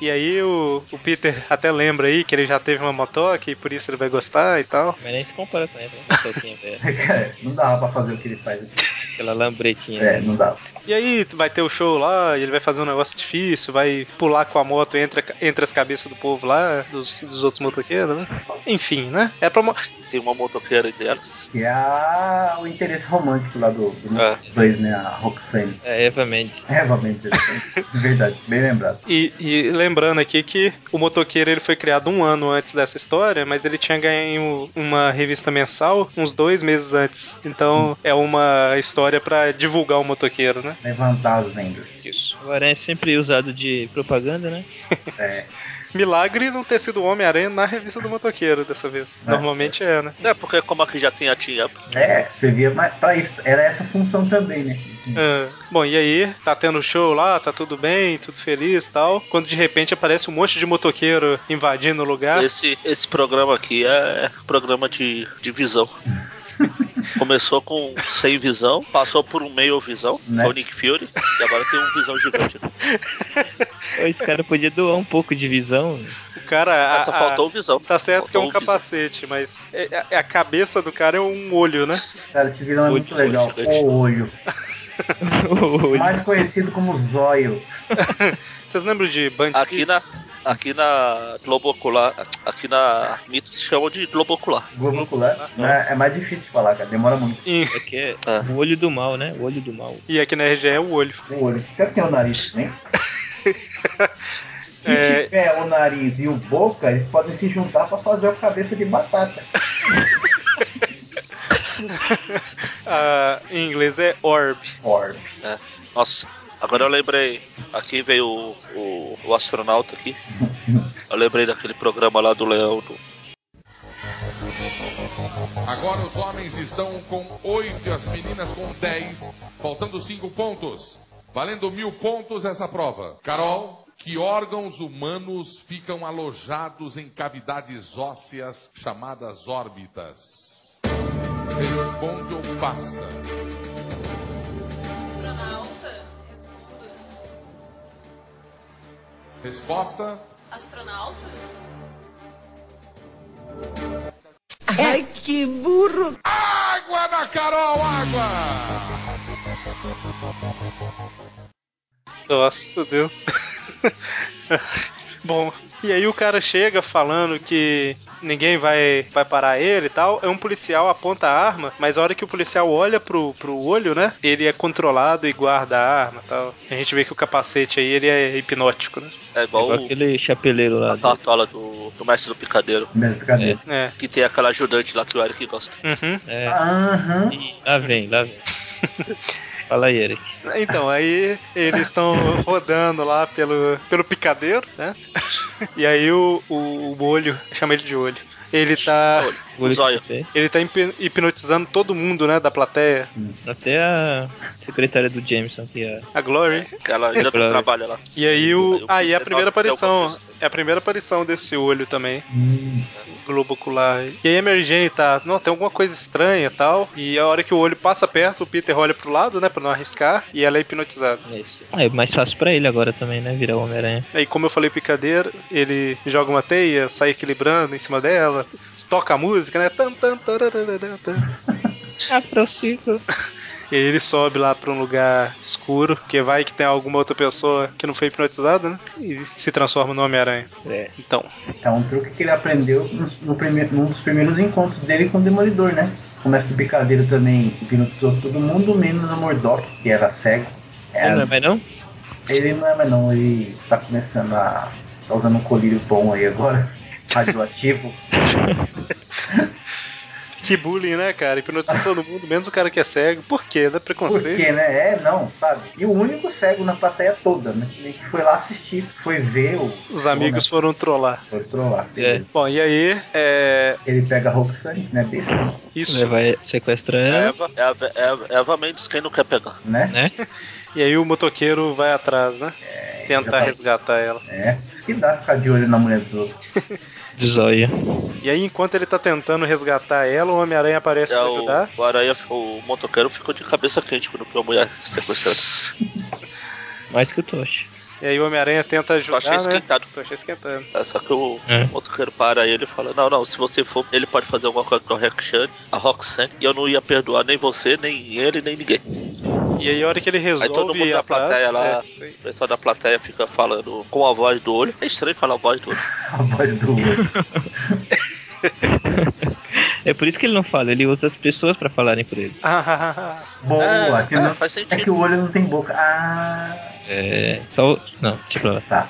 B: E aí o, o Peter até lembra aí que ele já teve uma motoca e por isso ele vai gostar e tal.
C: Mas nem se compara com essa motoquinha, velho.
D: É, não dava pra fazer o que ele faz aqui.
C: Aquela lambretinha.
D: É, não dava.
B: E aí vai ter o show lá, e ele vai fazer um negócio difícil, vai pular com a moto entre, a- entre as cabeças do povo lá, dos, dos outros motoqueiros, né? Enfim, né? É pra, mo-
E: Tem uma motoqueira entre elas.
D: Que é a- o interesse romântico lá do, do
E: É.
D: dois, né? A Roxane.
C: É, Eva Mendes.
D: É, realmente interessante. De verdade, bem lembrado.
B: E, e lembrando aqui que o Motoqueiro ele foi criado um ano antes dessa história, mas ele tinha ganho uma revista mensal uns dois meses antes. Então é uma história pra divulgar o Motoqueiro, né?
D: Levantar as vendas.
B: Isso.
C: O Aranha é sempre usado de propaganda, né?
D: É.
B: Milagre não ter sido o Homem-Aranha na revista do Motoqueiro dessa vez.
D: É.
B: Normalmente é, né?
E: É, porque como aqui já tem a Team Up,
D: É, servia mais pra isso. Era essa função também, né?
B: É. Bom, e aí, tá tendo show lá, tá tudo bem, tudo feliz e tal. Quando de repente aparece um monte de motoqueiro invadindo o lugar.
E: esse, esse programa aqui é programa de, de visão. Começou com sem visão, passou por um meio visão,
D: Né?
E: que é o Nick Fury, e agora tem um visão gigante.
C: Ou Esse cara podia doar um pouco de visão. né?
B: O cara.
E: Ah,
B: a-
E: só
B: a-
E: faltou o visão.
B: Tá certo que é um
E: Faltou um
B: capacete, mas é- é a cabeça do cara é um olho, né?
D: Cara, esse vilão é
E: Olho,
D: muito legal.
E: olho gigante.
D: O olho.
C: O olho.
D: Mais conhecido como Zóio.
B: Vocês lembram de Band
E: Aqui na,
B: Kids?
E: aqui na Globo Ocular, aqui na Mito chamam de Globo Ocular.
D: Globo ocular. né? É mais difícil de falar, cara. Demora muito.
B: E,
C: É que é
E: Ah.
C: o olho do mal, né? O olho do mal.
B: e aqui na RGE é o olho.
D: O olho. Será que tem o nariz, né? Se
B: É.
D: tiver o nariz e o boca, eles podem se juntar pra fazer a cabeça de batata.
B: Ah, em inglês é orb.
D: Orb.
E: Nossa, agora eu lembrei. Aqui veio o, o, o astronauta aqui. Eu lembrei daquele programa lá do Leão. do-
A: Agora os homens estão com 8 as meninas com 10, faltando 5 pontos. Valendo mil pontos essa prova. Carol, que órgãos humanos ficam alojados em cavidades ósseas chamadas órbitas? Responde ou passa?
F: Astronauta? Responda.
A: Resposta?
F: Astronauta?
G: Ai, que burro!
A: Água na Carol, água!
B: Nossa, Deus. Bom, e aí o cara chega falando que ninguém vai, vai parar ele e tal. É um policial, aponta a arma, mas a hora que o policial olha pro, pro olho, né? Ele é controlado e guarda a arma e tal. A gente vê que o capacete aí ele é hipnótico, né?
E: É igual
C: Igual
E: o,
C: aquele chapeleiro lá.
E: a cartola do, do mestre do picadeiro,
D: Mesmo, cadê?
B: É.
E: que tem aquela ajudante lá que o Eric gosta.
B: Uhum.
C: É.
D: Aham.
C: Ih, Lá vem, lá vem. Fala aí, Eric.
B: Então, aí eles estão rodando lá pelo, pelo picadeiro, né? E aí o, o, o olho, chama ele de olho. Ele tá,
E: O zóio.
C: Tem.
B: ele tá hipno- hipnotizando todo mundo, né? Da plateia.
C: Até a secretária do Jameson, que é
B: A Glory.
E: que Ela ainda não
C: Claro.
E: trabalha lá.
B: E aí o. Ah, e é a primeira aparição.
E: Alguma coisa.
B: É a primeira aparição desse olho também.
D: Hum.
B: Globo ocular. E aí a Mary Jane tá. Não, tem alguma coisa estranha e tal. E a hora que o olho passa perto, o Peter olha pro lado, né? Pra não arriscar. E ela é hipnotizada.
C: isso. Ah, é mais fácil pra ele agora também, né? Virar o Homem-Aranha.
B: Aí, como eu falei, picadeira, ele joga uma teia, sai equilibrando em cima dela, toca a música, né? Tan, tan, tarararara, tan.
C: Ah, Francisco.
B: E aí ele sobe lá pra um lugar escuro, porque vai que tem alguma outra pessoa que não foi hipnotizada, né? E se transforma no Homem-Aranha.
C: É.
B: Então,
D: É um truque que ele aprendeu nos- no prime- num dos primeiros encontros dele com o Demolidor, né? O mestre Picadeiro também hipnotizou todo mundo, menos o Murdock, que era cego.
C: Ele não é
D: É,
C: mais não?
D: ele não é mais não, ele tá começando a. tá usando um colírio bom aí agora, radioativo.
B: que bullying, né, cara? Hipnotizou todo mundo, menos o cara que é cego. Por quê? Dá
D: Por
B: preconceito.
D: quê, né? É, não, sabe? E o único cego na plateia toda, né? Ele que foi lá assistir, foi ver o.
B: Os amigos
C: né?
B: foram trollar.
D: Foi trollar.
C: É.
B: Bom, e aí, é.
D: Ele pega a Roxane, né? Besta,
B: Isso.
C: Ele vai sequestrar
E: É a
C: ela.
E: Eva, é a, Ve- é a- é a Eva Mendes, quem não quer pegar?
D: né?
C: Né?
B: E aí o motoqueiro vai atrás, né?
C: É,
D: já
B: Tentar
D: tá-
B: resgatar ela.
D: É. Isso que dá ficar de olho na mulher do outro.
C: De zóia.
B: E aí, enquanto ele tá tentando resgatar ela, o Homem-Aranha aparece
E: É
B: pra
E: o,
B: ajudar.
E: o aranha, o motoqueiro ficou de cabeça quente quando viu a mulher sequestrada.
C: Mais que o Tocha.
B: E aí o Homem-Aranha tenta
E: Eu
B: ajudar,
E: achei
B: né?
E: esquentado.
B: Tô achei esquentando.
E: É, só que o
C: É.
E: motoqueiro para ele e fala: Não, não, se você for, ele pode fazer alguma coisa com a Roxane, a Roxane, e eu não ia perdoar nem você, nem ele, nem ninguém.
B: E aí, a hora que ele resolve
E: Aí todo mundo
B: ir
E: da
B: atrás,
E: plateia lá.
B: é, isso aí.
E: O pessoal da plateia fica falando com a voz do olho. É estranho falar a voz do olho.
D: A voz do outro.
C: É por isso que ele não fala, ele usa as pessoas pra falarem por ele.
D: Boa,
E: é,
D: que
E: é,
D: não-
E: faz
D: É
E: sentido.
D: que o olho não tem boca. Ah,
C: É. Só. o- Não, deixa pra lá.
D: tá.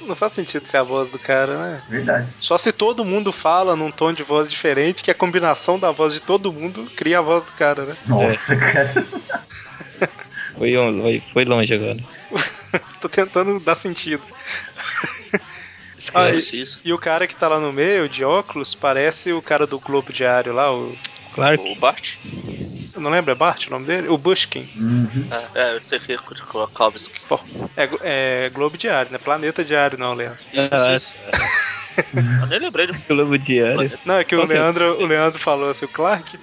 B: Não faz sentido ser a voz do cara, né?
D: Verdade.
B: Só se todo mundo fala num tom de voz diferente, que a combinação da voz de todo mundo cria a voz do cara, né?
D: Nossa,
E: É.
D: cara.
C: Foi, on- foi- foi longe agora.
B: Tô tentando dar sentido.
E: Ah,
B: Aí-
E: isso, isso.
B: E o cara que tá lá no meio, de óculos, parece o cara do Globo Diário lá, o...
C: Clark,
E: O Bart?
B: eu não lembro, é Bart o nome dele? O Bushkin.
D: Uhum.
E: É, é, eu sei que é com a Kalvski.
B: Bom, é, é Globo Diário, né? Planeta Diário não, Leandro.
C: Ah,
E: Isso, isso. Eu nem lembrei do
C: o Globo Diário.
B: Não, é que o
C: Qual que é?
B: Leandro, o Leandro falou assim, o Clark.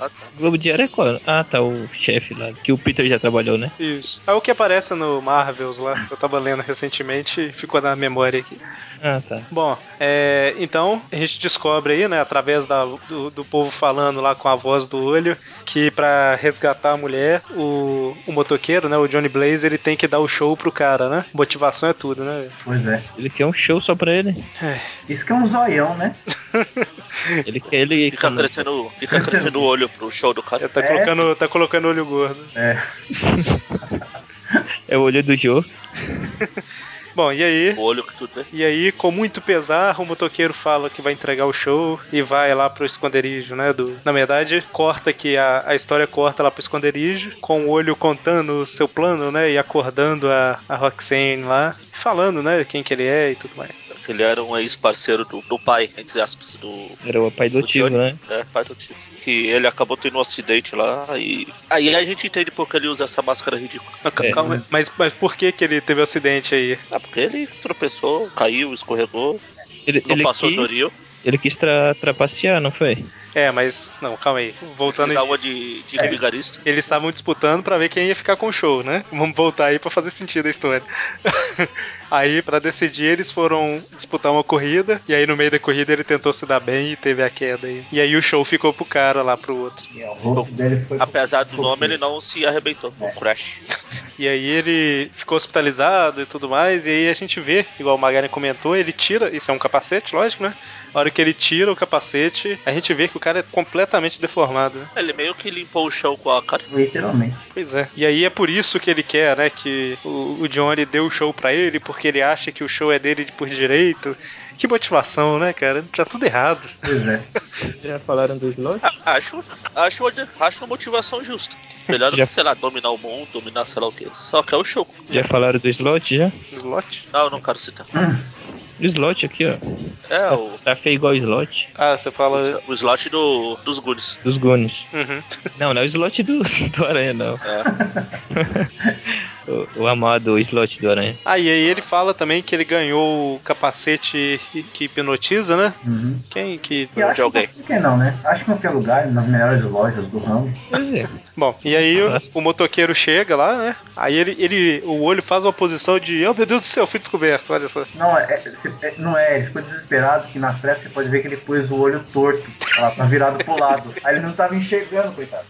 E: Ah, tá.
C: O Globo Diário é qual? Ah, tá, o chefe lá, que o Peter já trabalhou, né?
B: Isso. É o que aparece no Marvels lá, que eu tava lendo recentemente e ficou na memória aqui.
C: Ah, tá.
B: Bom, é, então a gente descobre aí, né, através da- do, do povo falando lá com a voz do olho, que pra resgatar a mulher, o, o motoqueiro, né, o Johnny Blaze, ele tem que dar o show pro cara, né? Motivação é tudo, né?
D: Pois é.
C: Ele quer um show só pra ele.
D: Isso que é um zoião, né?
C: Ele quer ele.
E: Fica crescendo, fica crescendo o olho pro show do cara.
B: Ele tá
D: É.
B: colocando, tá colocando olho gordo.
D: É.
C: É o olho do Joe.
B: Bom, e aí?
E: O olho que tudo bem.
B: E aí, com muito pesar, o motoqueiro fala que vai entregar o show e vai lá pro esconderijo, né? Do... Na verdade, corta que a, a história corta lá pro esconderijo, com o olho contando o seu plano, né? E acordando a, a Roxane lá, falando, né? Quem que ele é e tudo mais.
E: que ele era um ex-parceiro do, do pai, entre aspas, do,
C: Era o pai do tio,
E: Johnny.
C: né?
E: É, pai do tio. Que ele acabou tendo um acidente lá e. Aí a gente entende porque ele usa essa máscara ridícula.
B: Não, ca- calma aí. Mas, mas por que que ele teve o acidente aí?
E: Ah, porque ele tropeçou, caiu, escorregou,
C: Ele,
E: não
C: ele
E: passou do
C: quis,
E: Rio.
C: ele quis tra- trapacear, não foi?
B: É, mas. Não, calma aí. Voltando
E: Dá uma
B: nisso.
E: de, de
D: É.
E: vigarista.
B: Eles estavam disputando pra ver quem ia ficar com o show, né? Vamos voltar aí pra fazer sentido a história. aí, pra decidir, eles foram disputar uma corrida. E aí, no meio da corrida, ele tentou se dar bem e teve a queda aí. E aí, o show ficou pro cara lá pro outro.
D: E, ó, o rosto dele foi.
E: é um Apesar do nome, ele não se arrebentou.
C: É.
E: Um crash.
B: E aí ele ficou hospitalizado e tudo mais, e aí a gente vê, igual o Magari comentou, ele tira, isso é um capacete, lógico, né? A hora que ele tira o capacete, a gente vê que o cara é completamente deformado, né?
E: Ele meio que limpou o chão com a cara.
D: Literalmente.
B: Pois é. E aí é por isso que ele quer, né, que o, o Johnny dê o show pra ele, porque ele acha que o show é dele por direito. Que motivação, né, cara? Tá tudo errado.
D: Pois é.
C: Já falaram dos Lodge?
E: Ah, Acho, acho, acho uma motivação justa. Melhor do que, sei lá, dominar o mundo, dominar sei lá o que. Só que é o show.
C: Já falaram do slot já?
B: Slot?
E: Não, eu não quero citar.
C: O slot aqui, ó.
E: É o,
C: Tá feio igual o slot
B: Ah, você fala.
E: o slot do, dos Goonies.
C: dos Goonies.
B: Uhum.
C: Não, não é o slot do, do Aranha, não.
E: É.
C: O, o amado slot do Aranha.
B: Ah, e aí ele fala também que ele ganhou o capacete que hipnotiza, né?
D: Uhum.
B: Quem que.
D: E acho que-
E: alguém.
D: Por que não, né? Acho que em qualquer lugar, nas melhores lojas do ramo.
C: Pois é.
B: Bom, e aí o, o motoqueiro chega lá, né? Aí ele, ele, o olho faz uma posição de, oh meu Deus do céu, fui descoberto, olha só.
D: Não é, se- é- não é, ele ficou desesperado que na pressa você pode ver que ele pôs o olho torto. Ela tá virado pro lado. Aí ele não tava enxergando, coitado.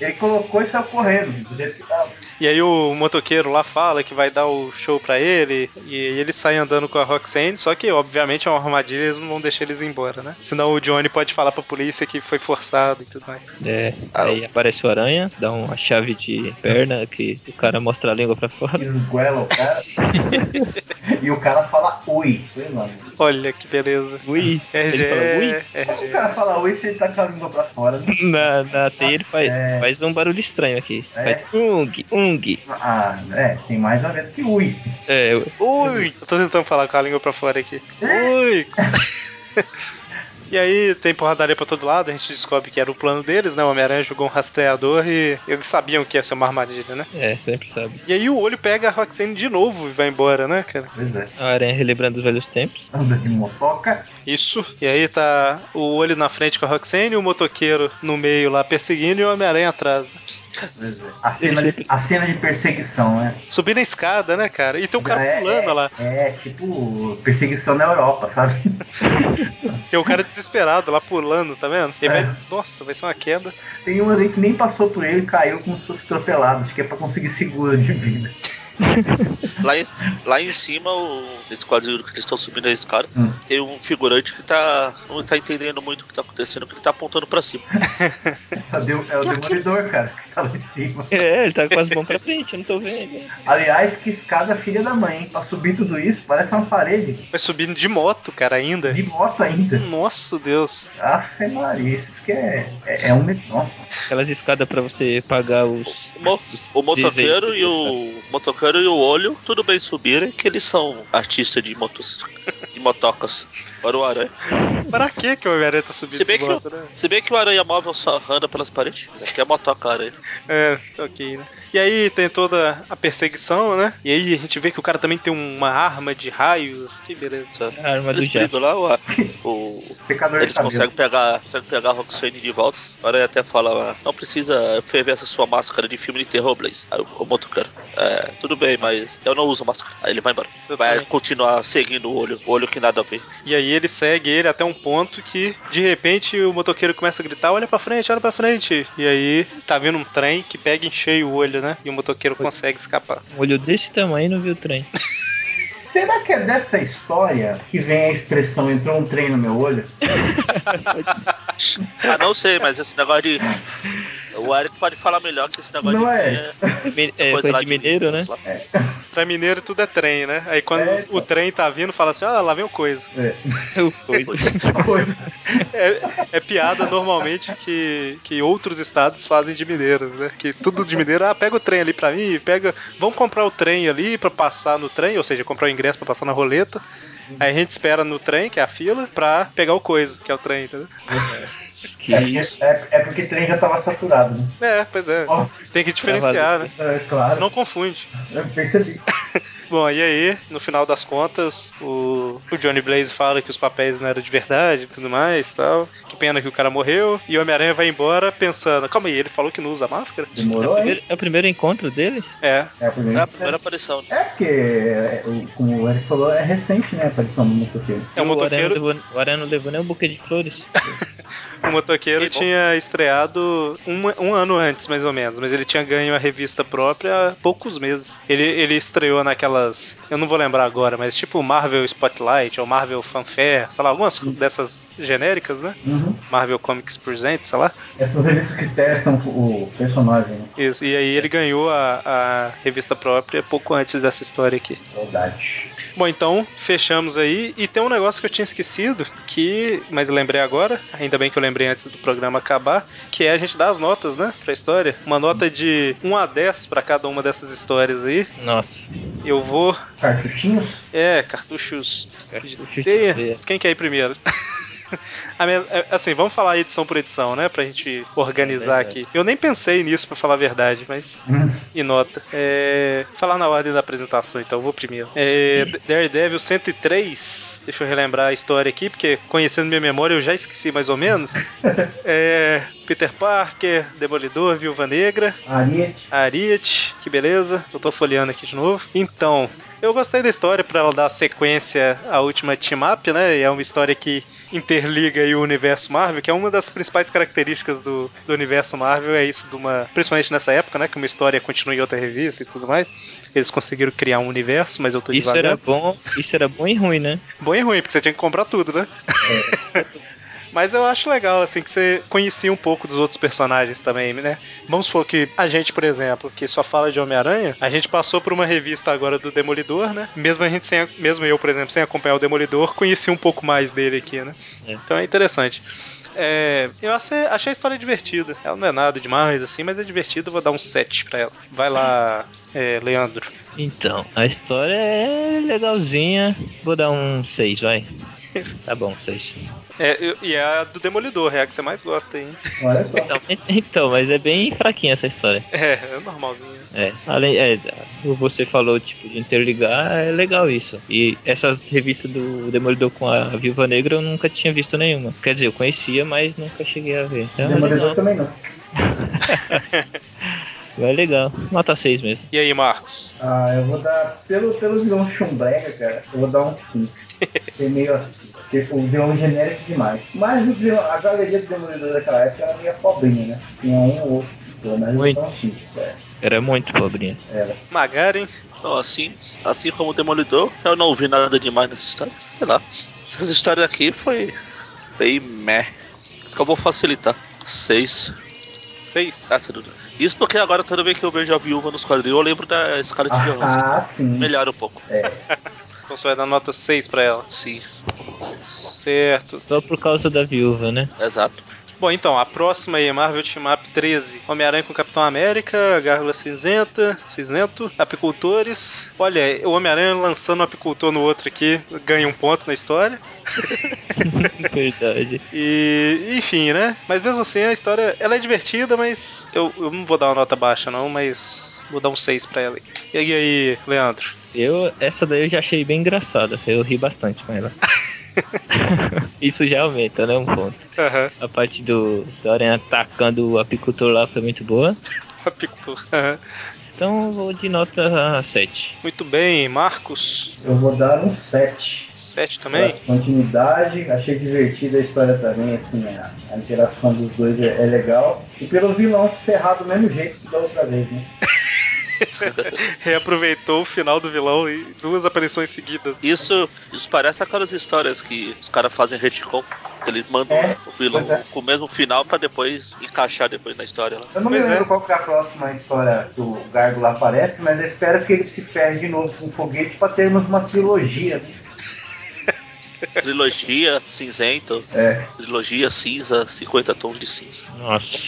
D: Ele colocou e saiu correndo. Do jeito que tá. tava.
B: E aí o motoqueiro lá fala que vai dar o show pra ele, e aí ele sai andando com a Roxanne, só que obviamente é uma armadilha, eles não vão deixar eles ir embora, né? Senão o Johnny pode falar pra polícia que foi forçado e tudo mais.
C: É,
E: Ah,
C: aí aparece o Aranha, dá uma chave de perna que o cara mostra a língua pra fora.
D: Esguela o cara. e o cara fala oi. Foi lá.
B: Olha que beleza.
C: Ui,
B: RG,
C: ele fala
D: Como o
B: RG.
D: cara fala oi se ele tá com a língua pra fora? né?
C: ui. Na, na teia ele faz,
D: é.
C: faz um barulho estranho aqui.
D: É?
C: Faz ung, ung.
D: Ah, é, tem mais a ver do que ui.
C: É, eu-
B: Ui! Eu tô tentando falar com a língua pra fora aqui. Ui! E aí tem porradaria pra todo lado, a gente descobre que era o plano deles, né? O Homem-Aranha jogou um rastreador e eles sabiam que ia ser uma armadilha, né?
C: é, sempre sabe.
B: E aí o olho pega a Roxane de novo e vai embora, né, cara?
D: Pois é.
C: A Aranha relembrando os velhos tempos.
D: Anda de motoca.
B: Isso. E aí tá o olho na frente com a Roxane, o motoqueiro no meio lá perseguindo e o Homem-Aranha atrás. né?
D: Pois é. A cena, de, a cena de perseguição, né?
B: Subindo a escada, né, cara? E tem um cara
D: É,
B: pulando lá.
D: É, tipo, perseguição na Europa, sabe?
B: Tem um cara desesperado lá pulando, tá vendo? Ele
D: É.
B: vai... Nossa, vai ser uma queda.
D: Tem um ali que nem passou por ele e caiu como se fosse atropelado. Acho que é pra conseguir seguro de vida.
E: Lá, em, lá em cima, o, nesse quadril que eles estão subindo a escada,
D: Hum.
E: tem um figurante que tá. não tá entendendo muito o que tá acontecendo, porque ele tá apontando pra cima.
D: É o, de- é o demolidor, cara, que tá lá em cima.
C: É, ele tá com as mãos pra frente, eu não tô vendo.
D: Aliás, que escada filha da mãe, hein? Pra subir tudo isso, parece uma parede.
B: Vai subindo de moto, cara, ainda.
D: De moto ainda.
B: Nossa, Deus.
D: Afe Maria, isso que é, é, é um... me- Nossa,
C: Aquelas escadas pra você pagar os.
E: O, mo- o motoqueiro e o motoqueiro e o olho, tudo bem subirem, que eles são artistas de motos de motocas. Agora o aranha.
B: Pra que que o Homem-Aranha tá subindo
E: Se bem
B: de
E: que
B: moto, né?
E: Se bem que o aranha móvel só anda pelas paredes, isso aqui é motoca aranha.
B: É, ok, né? E aí tem toda a perseguição, né? E aí a gente vê que o cara também tem uma arma de raios. Que beleza.
C: A arma do
E: Eles
C: Jato.
E: brigam lá, o, o-
D: secador de
E: eles
D: cabelo.
E: conseguem pegar, conseguem pegar a Roxane de volta. O aranha até fala, "Ah, não precisa ferver essa sua máscara de filme de terror, Blaze. Aí o, o motoqueiro, é, tudo bem, mas eu não uso máscara. Aí ele vai embora. Vai
B: Exatamente.
E: continuar seguindo o olho, o olho que nada a ver.
B: E aí ele segue ele até um ponto que, de repente, o motoqueiro começa a gritar: olha pra frente, olha pra frente. E aí tá vindo um trem que pega em cheio o olho, né? E o motoqueiro consegue escapar.
C: Um olho desse tamanho e não viu o trem.
D: Será que é dessa história que vem a expressão entrou um trem no meu olho?
E: Ah, não sei, mas esse negócio de. O Eric pode falar melhor que esse negócio
D: Não
E: de.
D: é?
C: Mi- É, coisa
E: lá
C: de mineiro, né?
E: sei lá.
B: Pra mineiro tudo é trem, né? Aí quando
D: É,
B: o trem tá vindo, fala assim: ah, lá vem o coisa.
D: É.
C: Eu fui.
D: Coisa.
B: É, é piada normalmente que, que outros estados fazem de mineiros, né? Que tudo de mineiro, ah, pega o trem ali pra mim, pega. Vamos comprar o trem ali pra passar no trem, ou seja, comprar o ingresso pra passar na roleta. Aí a gente espera no trem, que é a fila, pra pegar o coisa, que é o trem, entendeu?
D: É porque, é, é porque o trem já tava saturado, né?
B: É, pois é.
D: Ó,
B: Tem que diferenciar, né?
D: é, claro,
B: Senão confunde.
D: eu percebi.
B: Bom, e aí, no final das contas, o, o Johnny Blaze fala que os papéis não eram de verdade e tudo mais tal. Que pena que o cara morreu. E o Homem-Aranha vai embora pensando: calma aí, ele falou que não usa máscara?
D: Demorou, hein?
C: Primeiro- é o primeiro encontro dele?
B: É,
D: É a
E: É
D: primeira.
E: a primeira aparição. né?
D: É porque, é, o- como o Eric falou, é recente, né? A aparição do motoqueiro.
B: é um
C: o Aranha
B: motoqueiro.
C: não levou- o Aranha não levou nem um buquê de flores.
B: O motoqueiro
E: Que bom.
B: tinha estreado um, um ano antes, mais ou menos, mas ele tinha ganho a revista própria há poucos meses. Ele, ele estreou naquelas. Eu não vou lembrar agora, mas tipo Marvel Spotlight ou Marvel Fanfare, sei lá, algumas dessas genéricas, né?
D: Uhum.
B: Marvel Comics Presents, sei lá.
D: Essas revistas que testam o personagem, né?
B: Isso, e aí ele ganhou a, a revista própria pouco antes dessa história aqui.
D: Saudade.
B: Bom, então, fechamos aí. E tem um negócio que eu tinha esquecido, que. Mas lembrei agora, ainda bem que eu lembrei antes do programa acabar, que é a gente dar as notas, né? Pra história. Uma nota de 1 a 10 pra cada uma dessas histórias aí.
C: Nossa,
B: Eu vou.
D: Cartuchinhos?
B: É, cartuchos.
C: cara, que
B: Teia.
C: justiça.
B: Quem quer ir primeiro? A minha- é, assim, vamos falar edição por edição, né? Pra gente organizar
C: É verdade.
B: aqui. Eu nem pensei nisso, pra falar a verdade, mas
D: Hum.
B: e nota. É, falar na ordem da apresentação, então, eu vou primeiro. É, Daredevil 103, deixa eu relembrar a história aqui, porque conhecendo minha memória eu já esqueci mais ou menos. É, Peter Parker, Demolidor, Viúva Negra,
D: Ariete.
B: Ariete, que beleza, eu tô folheando aqui de novo. Então. Eu gostei da história pra ela dar sequência à última team-up, né? E é uma história que interliga aí o universo Marvel, que é uma das principais características do, do universo Marvel, é isso de uma. Principalmente nessa época, né? Que uma história continua em outra revista e tudo mais. Eles conseguiram criar um universo, mas eu tô
C: Isso era
B: devagar.
C: bom, isso era bom e ruim, né?
B: Bom e ruim, porque você tinha que comprar tudo, né? Mas eu acho legal, assim, que você conhecia um pouco dos outros personagens também, né? Vamos supor que a gente, por exemplo, que só fala de Homem-Aranha, a gente passou por uma revista agora do Demolidor, né? Mesmo a gente sem, mesmo eu, por exemplo, sem acompanhar o Demolidor, conheci um pouco mais dele aqui, né?
C: É.
B: Então é interessante. É, eu achei, achei a história divertida. Ela não é nada demais, assim, mas é divertida. eu Vou dar um 7 pra ela. Vai lá, é, Leandro.
C: Então, a história é legalzinha. Vou dar um 6, vai. Tá bom, 6.
B: É, eu- e é a do Demolidor, é a que você mais gosta, hein?
D: Olha só.
C: Então, então, mas é bem fraquinha essa história.
B: É, é normalzinho.
C: É, além, é, como você falou, tipo, de interligar, é legal isso. E essas revistas do Demolidor com a Viúva Negra eu nunca tinha visto nenhuma. Quer dizer, eu conhecia, mas nunca cheguei a ver. Então, é
D: Demolidor tá-
C: legal,
D: também não.
C: é legal. Nota 6 mesmo.
B: E aí, Marcos?
D: Ah, eu vou dar. Pelo, pelo vilão chumbrega, cara, eu vou dar um 5. É meio assim. Porque o vilão genérico demais. Mas o vilão, a galeria do Demolidor daquela época era meio pobrinha, né? Tinha um ou outro. Pelo menos eu
C: Muito.
D: vou dar um 5. É,
C: Era muito pobrinha.
D: era.
B: Magaren?
E: Então, assim, assim como o Demolidor, eu não vi nada demais nessa história. Sei lá. Essas histórias aqui foi bem meh. Acabou facilitar. Seis.
B: Seis.
E: Ah, tudo. Isso porque agora toda vez que eu vejo a viúva nos quadrinhos, eu lembro da Scarlett Johansson.
D: Ah, sim.
E: Melhora um pouco.
B: Então você vai dar nota 6 pra ela.
E: Sim,
B: Certo.
C: Só por causa da viúva, né?
E: exato.
B: Bom, então, a próxima aí, Marvel Team Up 13. Homem-Aranha com Capitão América, Gárgula Cinzenta, Cinzento, Apicultores. Olha, o Homem-Aranha lançando um apicultor no outro aqui, ganha um ponto na história.
C: Verdade.
B: E, enfim, né? Mas mesmo assim, a história, ela é divertida, mas eu, eu não vou dar uma nota baixa não, mas vou dar um 6 pra ela. aí. E aí, Leandro?
C: Eu, essa daí eu já achei bem engraçada. Eu ri bastante com ela. isso já aumenta, né? Um ponto.
B: Aham,
C: A parte do, do Aranha atacando o apicultor lá foi muito boa.
B: apicultor. Aham.
C: Então eu vou de nota 7.
B: Muito bem, Marcos.
D: Eu vou dar um 7.
B: 7 também?
D: Continuidade, achei divertida a história também, assim, a, a interação dos dois é, é legal. E pelo vilão se ferrar do mesmo jeito que da outra vez, né?
B: reaproveitou o final do vilão e duas aparições seguidas.
E: Isso, isso parece aquelas histórias que os caras fazem retcon. que Eles mandam
D: É,
E: o vilão
D: pois é.
E: com o mesmo final pra depois encaixar depois na história lá.
D: Eu não me
B: Pois é.
D: lembro qual que é a próxima história que o Gárgula aparece, mas eu espero que ele se ferre de novo com o foguete pra termos uma trilogia. né?
E: Trilogia cinzento,
D: É.
E: trilogia cinza, 50 tons de cinza.
C: Nossa.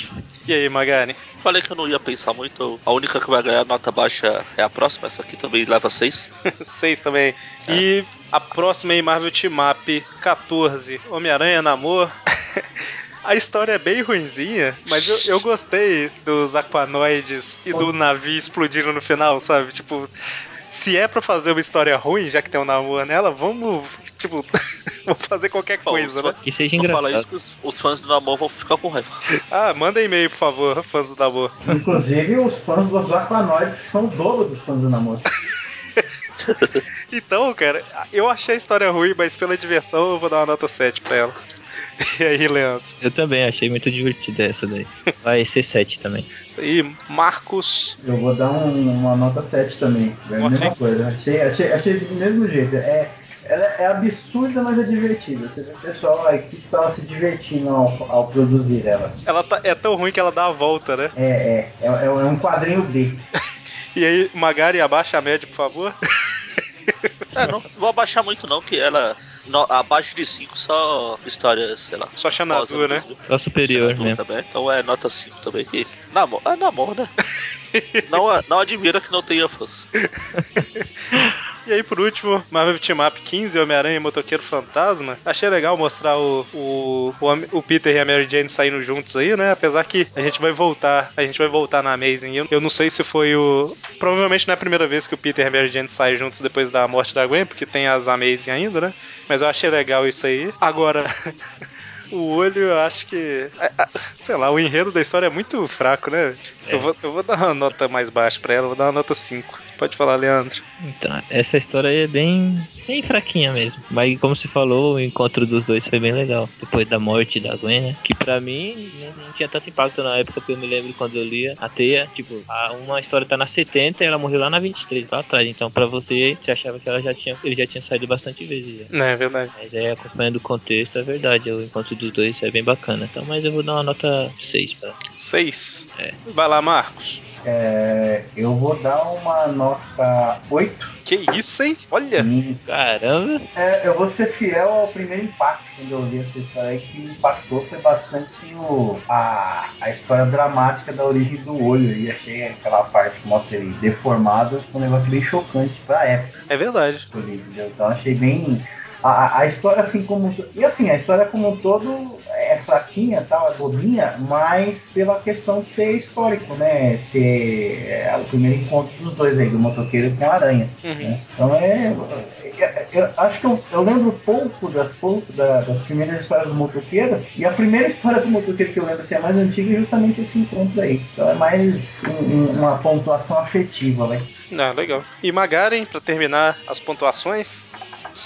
B: E aí, Magari?
E: Falei que eu não ia pensar muito, a única que vai ganhar nota baixa é a próxima, essa aqui também leva 6.
B: Seis também. E a próxima aí, Marvel Team Up 14. Homem-Aranha Namor. A história é bem ruinzinha, mas eu, eu gostei dos aquanoides e do navio explodindo no final, sabe? Tipo, se é pra fazer uma história ruim, já que tem um namor nela, vamos, tipo, vamos fazer qualquer coisa, né?
C: Que seja
E: Vou falar
C: engraçado.
E: isso que os, os fãs do Namor vão ficar com raiva.
B: Ah, manda e-mail, por favor, fãs do namor.
D: Inclusive os fãs dos Aquanoides, que são o dobro dos fãs do namoro.
B: Então, cara, eu achei a história ruim, mas pela diversão eu vou dar uma nota 7 pra ela. E aí, Leandro?
C: Eu também achei muito divertida essa daí. Vai ser 7 também.
B: Isso aí, Marcos
D: Eu vou dar um- uma nota 7 também. É a
B: Ok.
D: mesma coisa. Achei, achei, achei do mesmo jeito. É, ela é absurda, mas é divertida. Você vê o pessoal, a equipe tava se divertindo ao, ao produzir ela.
B: Ela tá- é tão ruim que ela dá a volta, né?
D: É, é, é, é um quadrinho B.
B: E aí, Magari, abaixa a média, por favor.
E: É, não vou abaixar muito não, que ela no- abaixo de 5 só história, sei lá.
B: Só Xanadu,
E: rosa,
B: né?
C: Só superior
E: Xanadu
C: mesmo.
E: Também. Então é nota 5 também. Que... Namor, é namor, né? não, não admira que não tenha fãs.
B: E aí, por último, Marvel Team Up 15, Homem-Aranha e Motoqueiro Fantasma. Achei legal mostrar o, o, o, Hom- o Peter e a Mary Jane saindo juntos aí, né? Apesar que a gente vai voltar, a gente vai voltar na Amazing. Eu, eu não sei se foi o... Provavelmente não é a primeira vez que o Peter e a Mary Jane saem juntos depois da morte da Gwen, porque tem as Amazing ainda, né? Mas eu achei legal isso aí. Agora... O olho, eu acho que. a- a- Sei lá, o enredo da história é muito fraco, né?
C: É.
B: Eu, vou, eu vou dar uma nota mais baixa pra ela, vou dar uma nota 5. Pode falar, Leandro.
C: Então, essa história aí é bem, bem fraquinha mesmo. Mas como você falou, o encontro dos dois foi bem legal. Depois da morte da Gwen, né? Que pra mim né, não tinha tanto impacto na época, porque eu me lembro quando eu lia a teia, tipo, a- uma história tá na 70 e ela morreu lá na 23, lá atrás. Então pra você, você achava que ela já tinha, ele já tinha saído bastante vezes né? já.
B: É verdade.
C: Mas aí acompanhando o contexto, é verdade, o encontro dos dois é bem bacana. Então, mas eu vou dar uma nota 6 pra.
B: 6.
C: É.
B: Vai lá, Marcos.
D: É, eu vou dar uma nota Hum. 8.
B: Que isso, hein? Olha!
D: E,
C: Caramba!
D: é, eu vou ser fiel ao primeiro impacto quando eu li essa história aí, que me impactou foi bastante sim, o, a, a história dramática da origem do olho. E achei aquela parte que mostra ele deformado um negócio bem chocante pra época.
B: É verdade.
D: do livro, entendeu? Então achei bem. A, a- a história assim como um to- E assim, a história como um todo é fraquinha tal, é bobinha, mas pela questão de ser histórico, né? Ser é, o primeiro encontro dos dois aí, do motoqueiro com a aranha.
B: Uhum.
D: Então é. é- Eu, acho que eu, eu lembro um pouco das, pouco da- das primeiras histórias do motoqueiro, e a primeira história do motoqueiro que eu lembro assim, a mais antiga é justamente esse encontro aí. Então é mais um- um- uma pontuação afetiva, né?
B: Ah, legal. E Magaren, pra terminar as pontuações.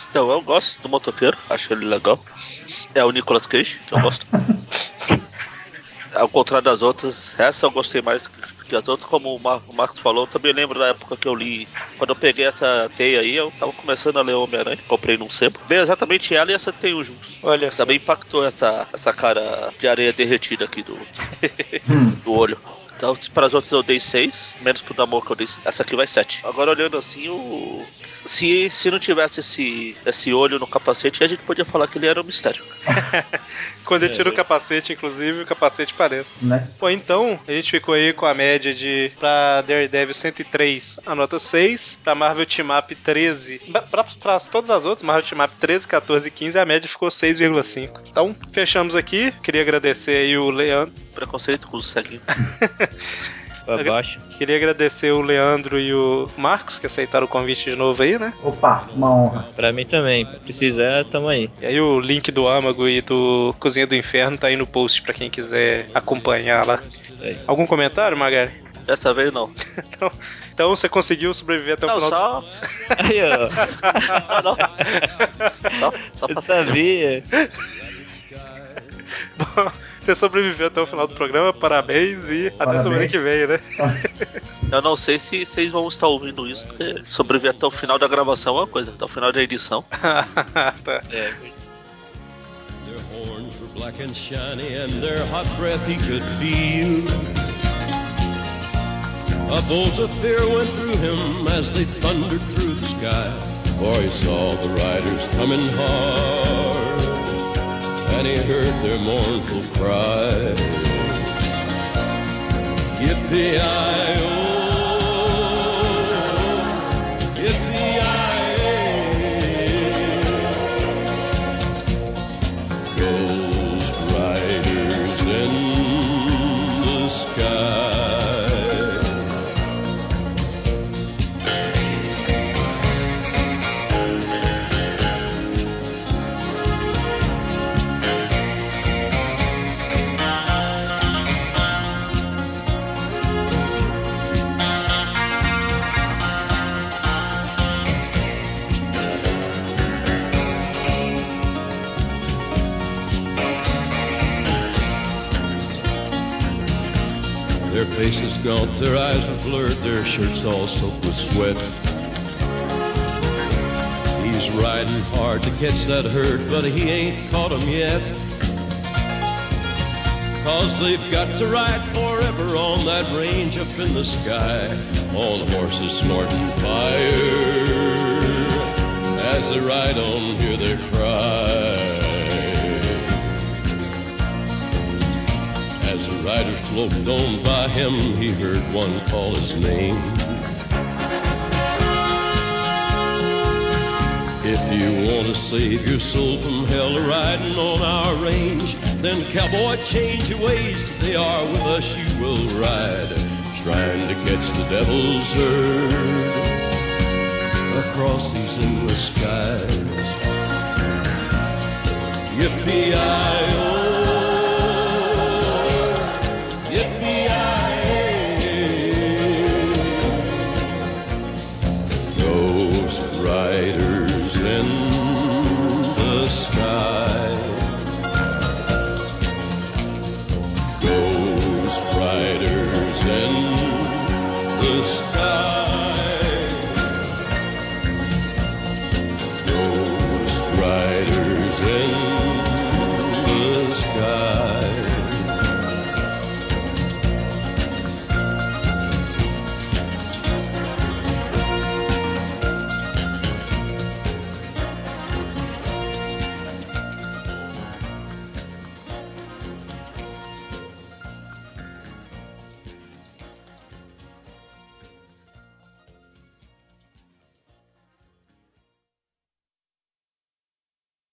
E: Então, eu gosto do motoqueiro, acho ele legal. É o Nicolas Cage, que eu gosto. Ao contrário das outras, essa eu gostei mais que que as outras, como o Mar- o Marcos falou, eu também lembro da época que eu li. Quando eu peguei essa teia aí, eu tava começando a ler Homem-Aranha, comprei num sebo. Veio exatamente ela e essa teia juntos.
B: Olha só.
E: Também impactou essa, essa cara de areia derretida aqui do,
D: Hum.
E: do olho. Então, para as outras eu dei 6, menos pro Namor que eu dei. Essa aqui vai 7. Agora, olhando assim, o. Se, se não tivesse esse, esse olho no capacete, a gente podia falar que ele era um mistério.
B: Quando ele tira o capacete, inclusive, o capacete parece.
D: Né?
B: Bom, então, a gente ficou aí com a média de pra Daredevil 103, a nota 6, pra Marvel Team Up 13, pra, pra, pra todas as outras, Marvel Team Up 13, 14 e 15, a média ficou 6,5. Então, fechamos aqui. Queria agradecer aí o Leandro.
E: Preconceito com o ceguinho.
C: Pra baixo.
B: Queria agradecer o Leandro e o Marcos que aceitaram o convite de novo aí, né?
D: Opa, uma honra.
C: Pra mim também. Se precisar, tamo aí.
B: E aí o link do Âmago e do Cozinha do Inferno tá aí no post pra quem quiser acompanhar lá. Algum comentário, Magari?
E: Dessa vez não.
B: Então você conseguiu sobreviver até o
E: Não,
B: final.
E: só.
C: Aí, ó.
E: Ah, não. Só, só
C: Eu
E: passar.
C: sabia.
B: Bom, Você sobreviveu até o final do programa, parabéns e até
D: Parabéns.
B: semana que vem, né?
E: Eu não sei se vocês vão estar ouvindo isso, porque sobreviver até o final da gravação é uma coisa, até o final da edição.
B: Tá.
C: É,
H: Their horns were black and shiny, and their hot breath he could feel. A bolt of fear went through him as they thundered through the sky. for he saw the riders coming hard, and he heard their mournful cry. Yippee-i-oh, yippee-i-ay. Ghost riders in the sky. Their faces gaunt, their eyes were blurred, their shirts all soaked with sweat. He's riding hard to catch that herd, but he ain't caught 'em yet. Cause they've got to ride forever on that range up in the sky. All the horses snorting fire. As they ride on, hear their cry. As the rider sloped on by him, he heard one call his name. If you want to save your soul from hell riding on our range, then cowboy, change your ways. If they are with us, you will ride, trying to catch the devil's herd across these endless skies. Yippee-i-oh, yippee-i-ay. Ghost riders in the sky. Ghost riders in the sky.